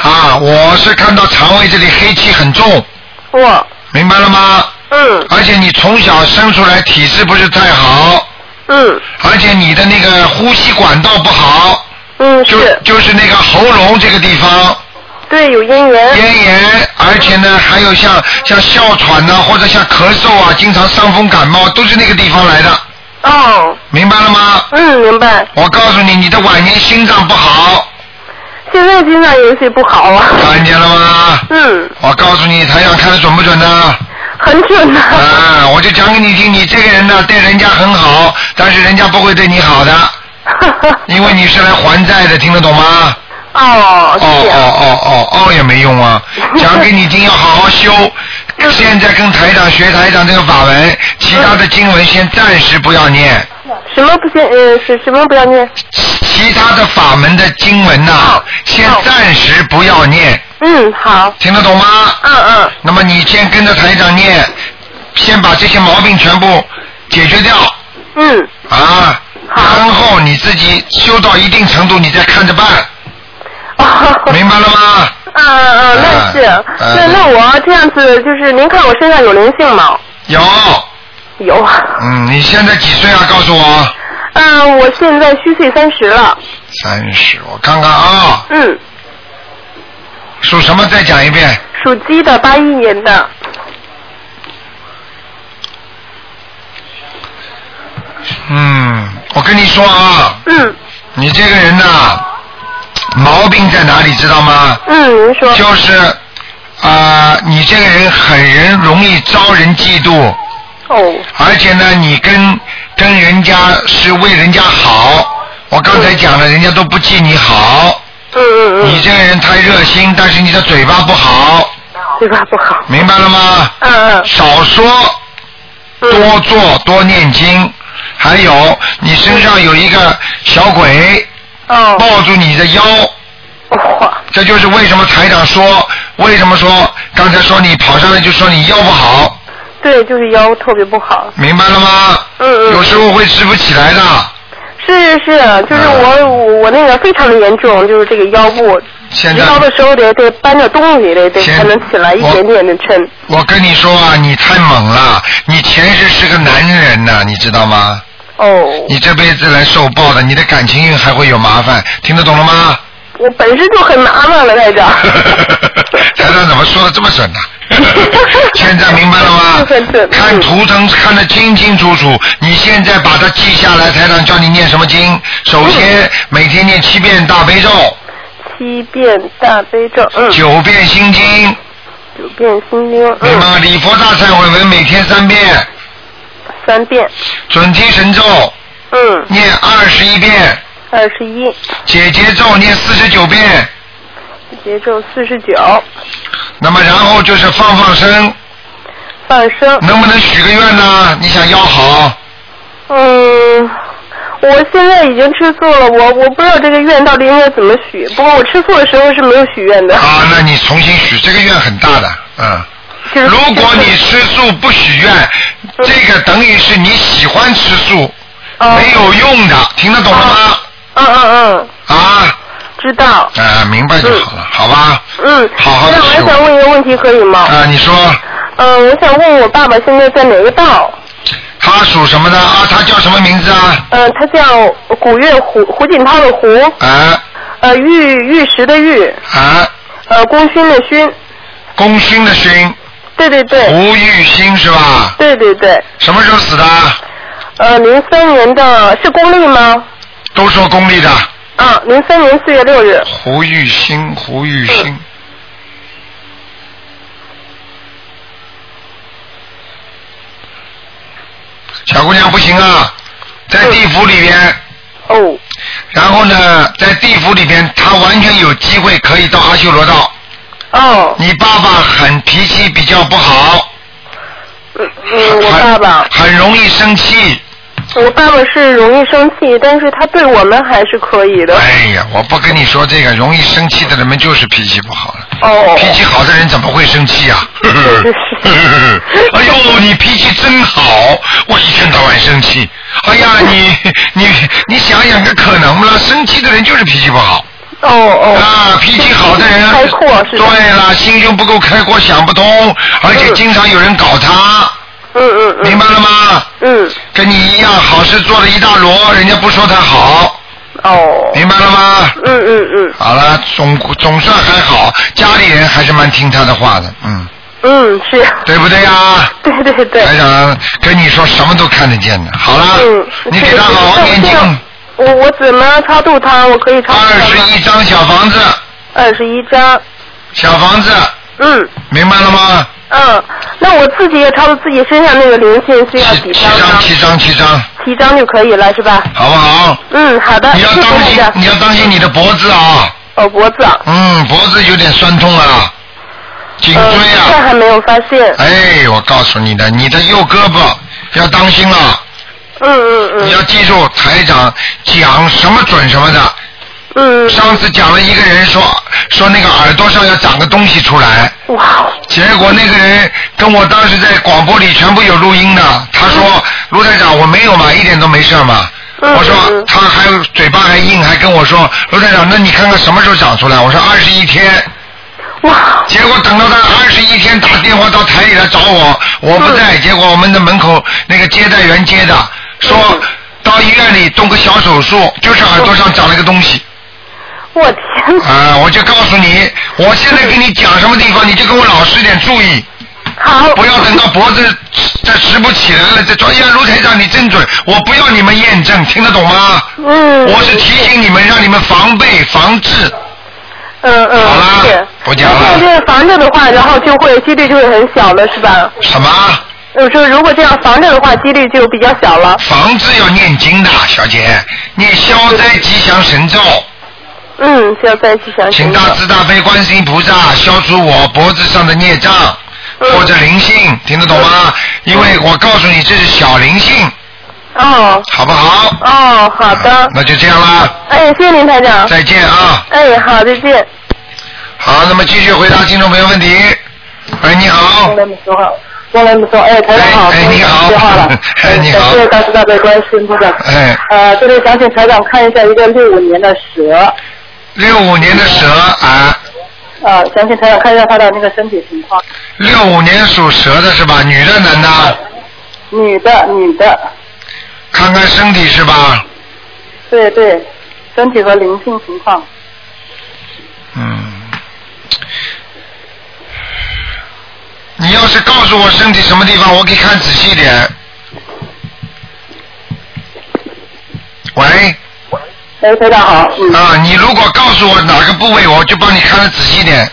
S1: 啊，我是看到肠胃这里黑气很重，
S2: 我，
S1: 明白了吗？
S2: 嗯
S1: 而且你从小生出来体质不是太好，
S2: 嗯
S1: 而且你的那个呼吸管道不好，
S2: 嗯，，
S1: 就是就是那个喉咙这个地方
S2: 对，有姻缘，
S1: 咽炎，而且呢还有像像哮喘呐、或者像咳嗽啊，经常伤风感冒都是那个地方来的，
S2: 哦，
S1: 明白了吗？
S2: 嗯，明白。
S1: 我告诉你，你的晚年心脏不好，
S2: 现在经常有些不好啊，
S1: 看见了吗？
S2: 嗯，
S1: 我告诉你，台长看的准不准呢？
S2: 很准的、
S1: 啊，我就讲给你听，你这个人呢，对人家很好，但是人家不会对你
S2: <laughs>
S1: 好的，因为你是来还债的，听得懂吗？
S2: 哦，
S1: 哦
S2: 这样，
S1: 哦哦哦哦，也没用
S2: <laughs>
S1: 啊！讲给你听，要好好修。
S2: 嗯
S1: 现在跟台长学台长这个法文，其他的经文先暂时不要念，
S2: 什么不行？呃，是什么不要念？哦
S1: 其他的法门的经文呐、先暂时不要念，
S2: 嗯，好，
S1: 听得懂吗？
S2: 嗯嗯，
S1: 那么你先跟着台长念，先把这些毛病全部解决掉
S2: 嗯，
S1: 啊，然后你自己修到一定程度，你再看着办，
S2: 哦。
S1: <laughs> 明白了吗？
S2: 嗯嗯，那是，
S1: 嗯
S2: 那
S1: 嗯
S2: 那我这样子就是，您看我身上有灵性吗？
S1: 有，
S2: 有。
S1: 嗯，你现在几岁啊？告诉我。
S2: 嗯，我现在虚岁三十了。
S1: 三十，我看看啊，
S2: 嗯，
S1: 属什么？再讲一遍。
S2: 属鸡的，八一年的，
S1: 嗯，我跟你说啊，
S2: 嗯
S1: 你这个人呐、毛病在哪里知道吗？
S2: 嗯，您说，
S1: 就是啊、你这个人很人容易招人嫉妒，
S2: 哦，
S1: 而且呢，你跟跟人家是为人家好。我刚才讲了，人家都不记你好，
S2: 嗯嗯
S1: 你
S2: 嗯，
S1: 这个人太热心，但是你的嘴巴不好，
S2: 对吧？不好，
S1: 明白了吗？
S2: 嗯嗯
S1: 少说，
S2: 嗯，
S1: 多做，多念经。还有，你身上有一个小鬼
S2: 哦，
S1: 抱住你的腰，
S2: 哇，
S1: 这就是为什么台长说，为什么说刚才说你跑上来就说你腰不好，
S2: 对，就是腰特别不好，
S1: 明白了吗？
S2: 嗯
S1: 有
S2: 嗯，
S1: 时候会吃不起来的。
S2: 是是是，就是
S1: 嗯
S2: 我我我那个非常的严重，就是这个腰部，
S1: 现
S2: 直
S1: 在
S2: 腰的时候得得搬着东西，得得
S1: 先
S2: 才能起来一
S1: 我
S2: 点点的抻，
S1: 我跟你说啊，你太猛了，你前世是个男人呐、你知道吗？
S2: 哦，
S1: 你这辈子来受报的，你的感情运还会有麻烦，听得懂了吗？。
S2: 我本身就很麻烦了，台长
S1: <laughs> 台长怎么说的这么准
S2: <laughs>
S1: 呢、现在明白了
S2: 是
S1: 吗
S2: 很准？
S1: 看图腾看得清清楚楚，你现在把它记下来。台长教你念什么经？首先每天念七遍大悲咒，
S2: 七遍大悲咒，嗯，
S1: 九遍心经，
S2: 九遍心经，
S1: 明白
S2: 嗯，
S1: 吗？礼佛大忏悔文每天三遍，
S2: 三遍，
S1: 准提神咒
S2: 嗯，
S1: 念二十一遍，
S2: 二十一，
S1: 解结咒念四十九遍。
S2: 节奏四十九，
S1: 那么然后就是放放生，
S2: 放生，
S1: 能不能许个愿呢？你想要好，
S2: 嗯，我现在已经吃素了，我我不知道这个愿到底应该怎么许。不过我吃素的时候是没有许愿的，
S1: 啊，那你重新许这个愿很大的，嗯。
S2: 就是
S1: 如果你吃素不许愿，这个等于是你喜欢吃素，
S2: 哦
S1: 没有用的，听得懂了吗？
S2: 嗯嗯嗯，
S1: 啊啊、
S2: 知道，
S1: 明白就好了，好吧？
S2: 嗯。
S1: 好好地
S2: 那我
S1: 吃
S2: 还想问一个问题，可以吗？
S1: 啊、你说
S2: 嗯，我想问我爸爸现在在哪个道？
S1: 他属什么的啊？他叫什么名字啊？
S2: 嗯，他叫古月胡胡锦涛的胡，
S1: 啊
S2: 呃，玉玉石的玉，
S1: 啊，
S2: 呃，功勋的勋。
S1: 功勋的勋，
S2: 对对对，
S1: 吴玉兴是吧？
S2: 对对对。
S1: 什么时候死的？
S2: 呃，零三年的是公历吗？
S1: 都说公历的，
S2: 啊，零三年四月六日。
S1: 胡玉兴，胡玉兴。小姑娘不行啊，在地府里边，
S2: 哦，
S1: 然后呢，在地府里边，她完全有机会可以到阿修罗道。
S2: 哦，
S1: 你爸爸很脾气比较不好，
S2: 嗯嗯，我
S1: 很
S2: 爸爸，
S1: 很容易生气。
S2: 我爸爸是容易生气，但是他对我们还是可以的。
S1: 哎呀，我不跟你说这个，容易生气的人们就是脾气不好了。
S2: 哦，
S1: 脾气好的人怎么会生气
S2: <laughs>
S1: 啊？哎呦，你脾气真好，我一天到晚生气。哎
S2: <laughs>
S1: 呀，你你你想想，这可能了，生气的人就是脾气不好。
S2: 哦哦，
S1: 啊，脾气好的人，
S2: 开阔是吧
S1: 对了，心胸不够开阔，想不通，而且经常有人搞他，
S2: 嗯嗯
S1: 明
S2: 嗯
S1: 白了吗？
S2: 嗯，
S1: 跟你一样，好事做了一大摞，人家不说他好，
S2: 哦，
S1: 明白了吗？
S2: 嗯嗯嗯
S1: 好了，总总算还好，家里人还是蛮听他的话的，嗯，
S2: 嗯，是，
S1: 对不对呀、
S2: 对对对，
S1: 台长跟你说什么都看得见的。好了，
S2: 嗯，
S1: 你给他好好念经，
S2: 我我怎么超度他？我可以超度
S1: 二
S2: 他
S1: 十
S2: 吗？
S1: 一张小房子，
S2: 二十一张，
S1: 小房子，
S2: 嗯
S1: 明白了吗？
S2: 嗯，那我自己也超度自己身上那个灵性，需要
S1: 七
S2: 几
S1: 七
S2: 张
S1: 张，
S2: 呢？
S1: 七张，七张，
S2: 七张就可以了，是吧？
S1: 好不好？
S2: 嗯，好的，
S1: 你要
S2: 谢谢
S1: 当
S2: 那
S1: 心，
S2: 个
S1: 你要当心你的脖子啊，
S2: 哦脖子啊，
S1: 嗯，脖子有点酸痛啊，颈
S2: 呃，
S1: 椎
S2: 这
S1: 啊，
S2: 还没有发现。
S1: 哎，我告诉你的，你的右胳膊要当心了，
S2: 嗯嗯嗯
S1: 你要记住台长讲什么准什么的。
S2: 嗯
S1: 上次讲了一个人说说那个耳朵上要长个东西出来，
S2: 嗯，哇，
S1: 结果那个人跟我当时在广播里全部有录音的，他说卢台长我没有嘛，一点都没事嘛。
S2: 嗯
S1: 我说
S2: 嗯
S1: 他还嘴巴还硬，还跟我说卢台长，那你看看什么时候长出来？我说二十一天。
S2: 哇，
S1: 结果等到他二十一天打电话到台里来找我，我不
S2: 嗯
S1: 在，结果我们的门口那个接待员接的，
S2: 嗯
S1: 说到医院里动个小手术，就是耳朵上长了个东西。
S2: 我天，
S1: 啊、我就告诉你，我现在跟你讲什么地方，你就给我老实点，注意。
S5: 好，
S1: 不要等到脖子再直不起来了，再说呀，卢台长你真准，我不要你们验证，听得懂吗？
S5: 嗯，
S1: 我是提醒你们，让你们防备防治。
S5: 嗯嗯，
S1: 好啦
S5: 谢谢。
S1: 不讲了啊
S5: 那这个防着的话，然后就会几率就会很小了，是吧？
S1: 什么？
S5: 我说如果这样防着的话，几率就比较小了。
S1: 防治要念经的，小姐，念消灾吉祥神咒，
S5: 嗯，需要再去想
S1: 请
S5: 想。
S1: 大慈大悲观世音菩萨消除我脖子上的孽障
S5: 嗯
S1: 或者灵性，听得懂吗？因为我告诉你，这是小灵性，
S5: 哦
S1: 好不好？
S5: 哦，好的。
S1: 那就这样啦，
S5: 哎，谢谢您台长。
S1: 再见啊！
S5: 哎，好，再见。
S1: 好，那么继续回答听众朋友问题。喂，你好。
S5: 嗯
S2: 来没说话，过来没说，哎，台长好，
S1: 哦哎哎你好，
S2: 接话了
S1: <laughs> 哎你好
S2: 感谢大慈大悲观世音菩萨。
S1: 哎，
S2: 呃，这里想请台长看一下一个六五年的蛇，
S1: 六五年的蛇啊，
S2: 呃，想请台长看一下他的那个身体情况。
S1: 六五年属蛇的是吧？女的男
S5: 嗯
S1: 的？
S2: 女的，女的，
S1: 看看身体是吧？
S2: 对对，身体和灵性情况。
S1: 嗯，你要是告诉我身体什么地方，我可以看仔细一点。喂，
S2: 哎，台长好，嗯，
S1: 啊，你如果告诉我哪个部位，我就帮你看的仔细一点。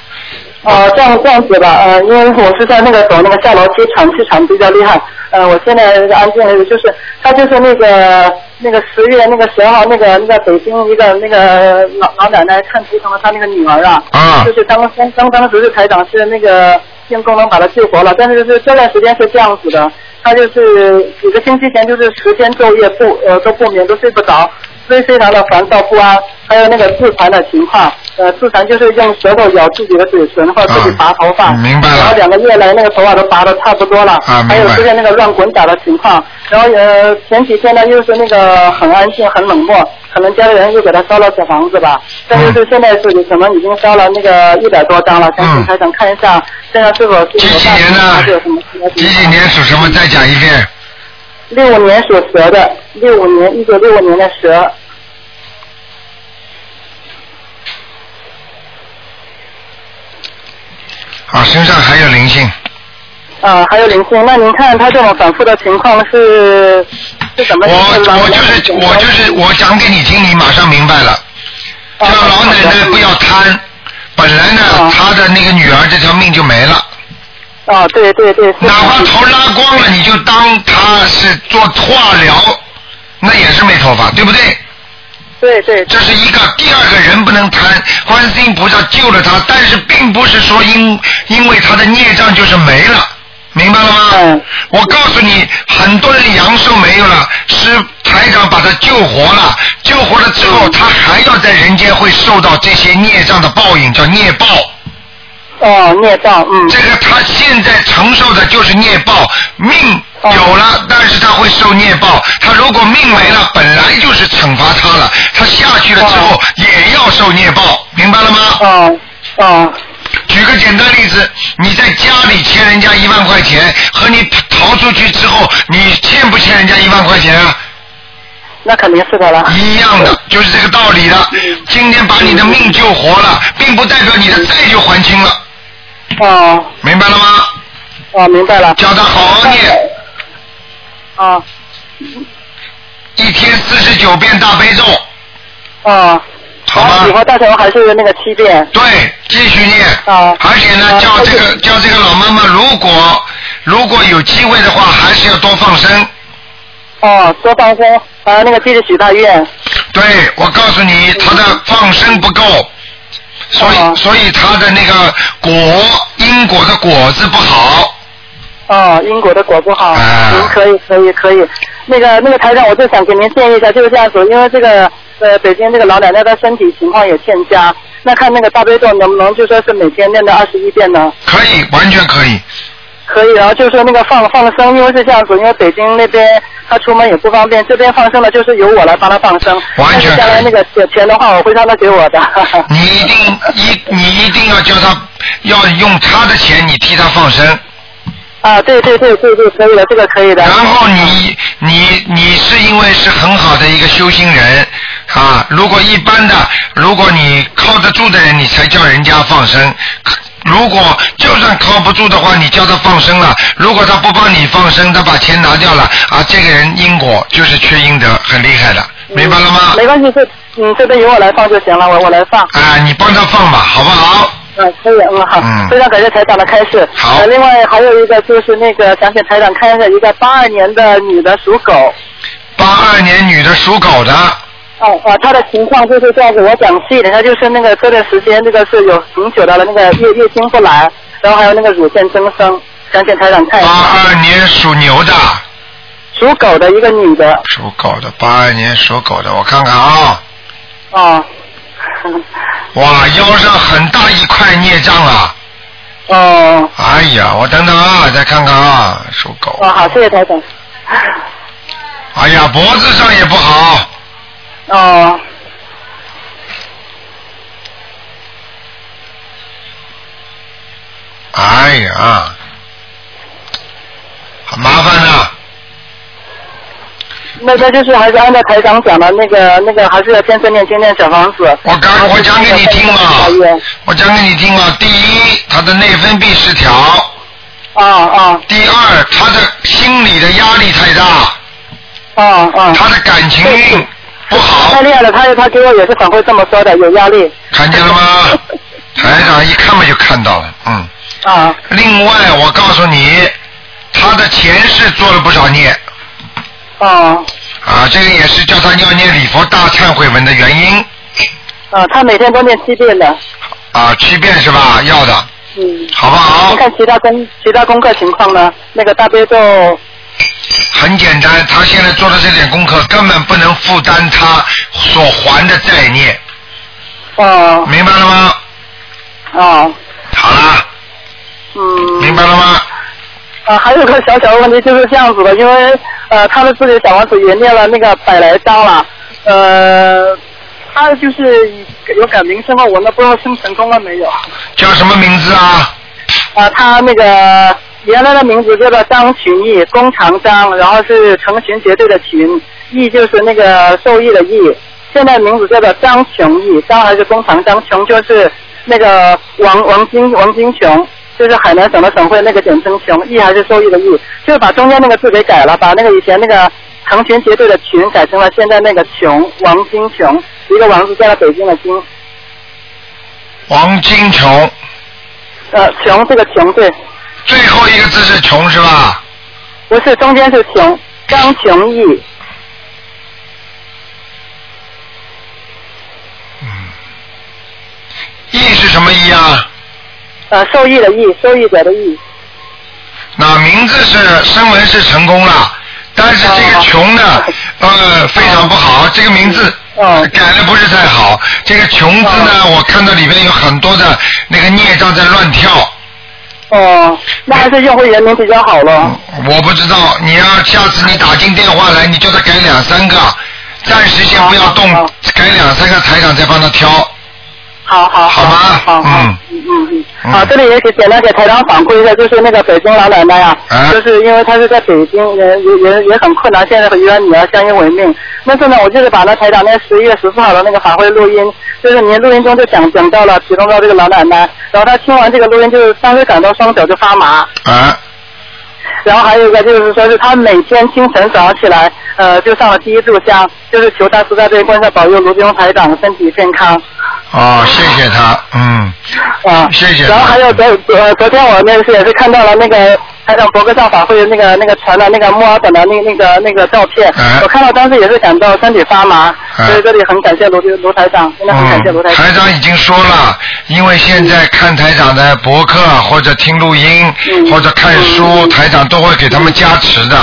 S2: 呃，这样这样子吧，呃，因为我是在那个走那个下楼梯喘气喘比较厉害，呃，我现在安静了，就是他就是那个那个十月那个十号那个那个北京一个那个老老奶奶看图腾了她那个女儿啊，
S1: 啊
S2: 就是当当当当时是台长是那个用功能把她救活了，但是就是这段时间是这样子的，她就是几个星期前就是十天昼夜不呃都不眠都睡不着，所以非常的烦躁不安，还有那个自残的情况，呃自残就是用舌头咬自己的嘴唇或者自己拔头发，
S1: 啊明白了
S2: 然后两个月来那个头发都拔的差不多了，
S1: 啊明白
S2: 还有出现那个乱滚打的情况，然后呃前几天呢又是那个很安静很冷漠，可能家里人又给他烧了小房子吧，但是是现在是可能已经烧了那个一百多张了，想
S1: 嗯
S2: 请台长看一下现在是否是
S1: 几几年呢
S2: 有什么其他
S1: 几
S2: 情
S1: 几
S2: 况
S1: 年属什么？再讲一遍。
S2: 六五年属蛇的，六五年一九六五年的蛇，
S1: 啊，身上还有灵性，
S2: 啊，还有灵性。那您看他这种反复的情况是是怎么？
S1: 我
S2: 是老
S1: 我
S2: 人
S1: 就
S2: 家
S1: 是
S2: 怎么
S1: 我就是我讲给你听，你马上明白了。
S2: 啊
S1: 叫老奶奶不要贪，本来呢
S2: 啊，
S1: 她的那个女儿这条命就没了。
S2: 啊，对对对，是
S1: 哪怕头拉光了，你就当他是做化疗，那也是没头发，对不对？
S2: 对对
S1: 这是一个，第二个人不能贪，观世音菩萨救了他，但是并不是说因因为他的孽障就是没了，明白了吗？
S2: 嗯
S1: 我告诉你，很多人阳寿没有了，是台长把他救活了，救活了之
S2: 嗯
S1: 后，他还要在人间会受到这些孽障的报应，叫孽报。
S2: 哦，孽障，嗯，
S1: 这个他现在承受的就是孽报，命
S2: 哦
S1: 有了，但是他会受孽报。他如果命没了，本来就是惩罚他了，他下去了之后
S2: 哦
S1: 也要受孽报，明白了吗？
S2: 哦哦
S1: 举个简单例子，你在家里欠人家一万块钱，和你逃出去之后，你欠不欠人家一万块钱啊？
S2: 那肯定是的了。
S1: 一样的，就是这个道理
S2: <laughs>
S1: 的。今天把你的命救活了，并不代表你的债就还清了，
S2: 哦
S1: 明白了吗？
S2: 哦，明白了。
S1: 叫他好好念。
S2: 哦
S1: 一天四十九遍大悲咒，
S2: 哦，
S1: 好
S2: 然后以
S1: 吗
S2: 后？大头还是那个七遍。
S1: 对，继续念。
S2: 好
S1: 而且呢，
S2: 好
S1: 叫这
S2: 谢
S1: 个叫这个老妈妈，如果如果有机会的话，还是要多放生。
S2: 哦，多放松，还有那个接着许大愿。
S1: 对，我告诉你，她的放生不够，所
S2: 嗯哦
S1: 以所以她的那个果因果的果子不好。
S2: 哦，因果的果不好，
S1: 啊
S2: 您可以可以可以。那个那个台长，我就想给您建议一下，就是这样子，因为这个呃北京这个老奶奶的身体情况也欠佳，那看那个大悲咒能不能就说是每天念到二十一遍呢？
S1: 可以，完全可以。
S2: 可以，然后就是说那个放放生，因为是这样子，因为北京那边他出门也不方便，这边放生呢就是由我来帮他放生，
S1: 完
S2: 但
S1: 全
S2: 是将来
S1: 可以
S2: 那个钱钱的话，我会让他给
S1: <laughs>
S2: 我的。
S1: 你一定一你一定要叫她要用她的钱，你替她放生。
S2: 啊，对对对对对，可以的，这个可以的。
S1: 然后你你你是因为是很好的一个修行人啊，如果一般的，如果你靠得住的人，你才叫人家放生。如果就算靠不住的话，你叫他放生了，如果他不帮你放生，他把钱拿掉了啊，这个人因果就是缺阴德，很厉害的，明白了吗？
S2: 啊没关系，这嗯，这边由我来放就行了，我我来放。
S1: 啊，你帮他放吧，好不好？
S2: 嗯，可以，嗯好，
S1: 嗯
S2: 非常感谢台长的开示。
S1: 好
S2: 呃另外还有一个就是那个想请台长看一下一个八二年的女的属狗，
S1: 八二年女的属狗的，
S2: 哦啊，她的情况就是这样子，我讲细一点，她就是那个这段时间这个是有挺久的了，那个月月经不来，然后还有那个乳腺增生，想请台长看一下。
S1: 八二年属牛的，
S2: 属狗的一个女的，
S1: 属狗的，八二年属狗的，我看看啊，
S2: 哦， <laughs>
S1: 哇，腰上很大一块孽障啊！
S2: 哦，
S1: 哎呀，我等等啊，再看看啊，属狗
S2: 哦，，好，谢谢台长。
S1: 哎呀，脖子上也不好，
S2: 哦，
S1: 哎呀，很麻烦啊呐、
S2: 那那就是还是按照台长讲的那个那个，还是要先生念经念小房子。
S1: 我刚我讲给你听
S2: 还是
S1: 嘛
S2: 要，
S1: 我讲给你听嘛。第一，他的内分泌失调；
S2: 哦哦
S1: 第二，他的心理的压力太大，
S2: 哦哦。
S1: 他的感情运不好
S2: 太，厉害了，他他给我也是反馈这么说的，有压力
S1: 看见了吗？台长一看嘛就看到了，嗯。
S2: 啊
S1: 另外，我告诉你，他的前世做了不少孽
S2: 哦
S1: 啊，这个也是叫他要念礼佛大忏悔文的原因
S2: 啊，他每天都念七遍的，
S1: 啊，七遍是吧？要的，
S2: 嗯。
S1: 好不好
S2: 您？看其他功其他功课情况呢？那个大悲咒
S1: 很简单，他现在做的这点功课根本不能负担他所还的债孽，
S2: 哦
S1: 明白了吗？
S2: 哦
S1: 好啦，
S2: 嗯。
S1: 明白了吗？
S2: 啊，还有个小小的问题就是这样子的，因为呃，他们自己小王子也念了那个百来章了，呃，他就是有改名称了，我那不知道生成功了没有？
S1: 叫什么名字啊？
S2: 啊，他那个原来的名字叫做张群义，弓长张，然后是成群结队的群，义就是那个受益的义。现在名字叫做张琼义，张还是弓长张，琼就是那个王王金王金琼，就是海南省的省会那个简称琼，义还是受益的义，就是把中间那个字给改了，把那个以前那个成群结队的群改成了现在那个琼，王金琼，一个王字加了北京的京，
S1: 王金琼，
S2: 呃，琼这个琼对，
S1: 最后一个字是琼是吧？
S2: 不是中间是琼，张琼义。
S1: 义是什么义啊？
S2: 呃，受益的益，受益者的益。
S1: 那名字是声纹是成功了，但是这个琼呢，呃，非常不好，这个名字。
S2: 哦
S1: 改的不是太好，这个琼字呢，我看到里面有很多的那个孽障在乱跳，
S2: 哦，那还是用户原名比较好咯。
S1: 我不知道，你要下次你打进电话来，你叫他改两三个，暂时先不要动
S2: 好，
S1: 改两三个台长再帮他挑。
S2: 好好
S1: 好吧嗯
S2: 好好嗯嗯
S1: 嗯
S2: 嗯。好，这里也给简单给台长反馈一下，就是那个北京老奶奶啊，
S1: 啊
S2: 就是因为她是在北京，也也也也很困难，现在和一个女儿相依为命。那次呢，我就是把那台长那十一月十四号的那个法会录音，就是您录音中就讲讲到了，提供到这个老奶奶，然后她听完这个录音，就是当时感到双脚就发麻，
S1: 啊，
S2: 然后还有一个就是说是他每天清晨早上起来，呃，就上了第一炷香，就是求大慈大悲观世保佑卢军台长身体健康
S1: 哦，谢谢他，嗯，
S2: 啊。
S1: 谢谢
S2: 然后还有昨呃昨天我那次也是看到了那个呃台长博格上法会的那个那个传的那个墨尔本的那那个那个照片，
S1: 哎
S2: 我看到当时也是感到身体发麻，
S1: 哎
S2: 所以这里很感谢卢军卢台长，真的很感谢卢
S1: 嗯，
S2: 台长。
S1: 台长已经说了，因为现在看台长的博客或者听录音
S2: 嗯
S1: 或者看书，台长都会给他们加持的。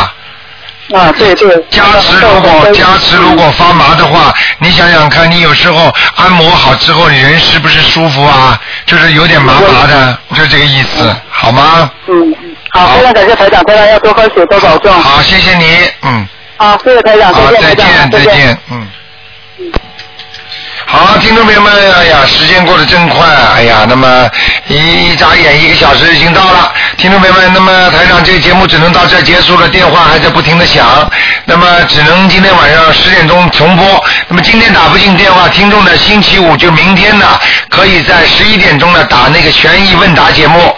S2: 啊，对对。
S1: 嗯加持如果
S2: 嗯
S1: 加持如果发麻的话，你想想看，你有时候按摩好之后，你人是不是舒服啊？就是有点麻麻的，就这个意思，好吗？
S2: 嗯，嗯好，非常感谢台长，台长要多喝水，多保重。
S1: 好，谢谢你，嗯，
S2: 好，谢谢台长，
S1: 好，
S2: 再
S1: 再
S2: 见，台
S1: 见，
S2: 长，
S1: 再
S2: 见。
S1: 见，嗯。好，听众朋友们，哎呀，时间过得真快，哎呀，那么一一眨眼一个小时已经到了。听众朋友们，那么台长这个节目只能到这儿结束了，电话还在不停的响，那么只能今天晚上十点钟重播。那么今天打不进电话，听众呢，星期五就明天呢，可以在十一点钟呢打那个悬疑问答节目。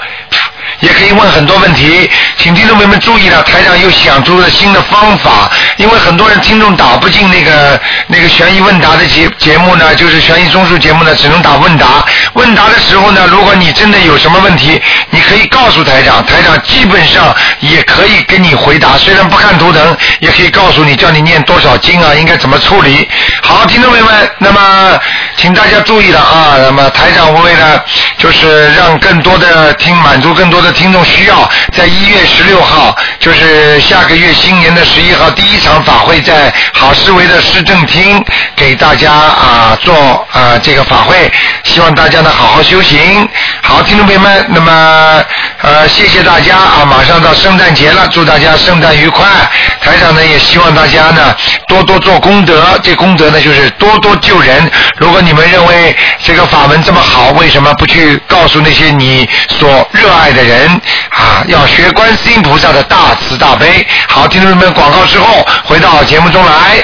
S1: 也可以问很多问题，请听众朋友们注意了，台长又想出了新的方法，因为很多人听众打不进那个那个悬疑问答的节节目呢，就是悬疑综述节目呢，只能打问答。问答的时候呢，如果你真的有什么问题，你可以告诉台长，台长基本上也可以跟你回答，虽然不看图腾，也可以告诉你，叫你念多少经啊，应该怎么处理。好，听众朋友们，那么请大家注意了啊，那么台长为了就是让更多的听满足更多的听众需要，在一月十六号，就是下个月新年的十一号，第一场法会在好思维的市政厅给大家啊做啊这个法会，希望大家呢好好修行。好，听众朋友们，那么呃谢谢大家啊，马上到圣诞节了，祝大家圣诞愉快。台长呢也希望大家呢多多做功德，这功德呢就是多多救人。如果你们认为这个法门这么好，为什么不去告诉那些你所热爱的人啊？要学观世音菩萨的大慈大悲。好，听众朋友们，广告之后回到节目中来。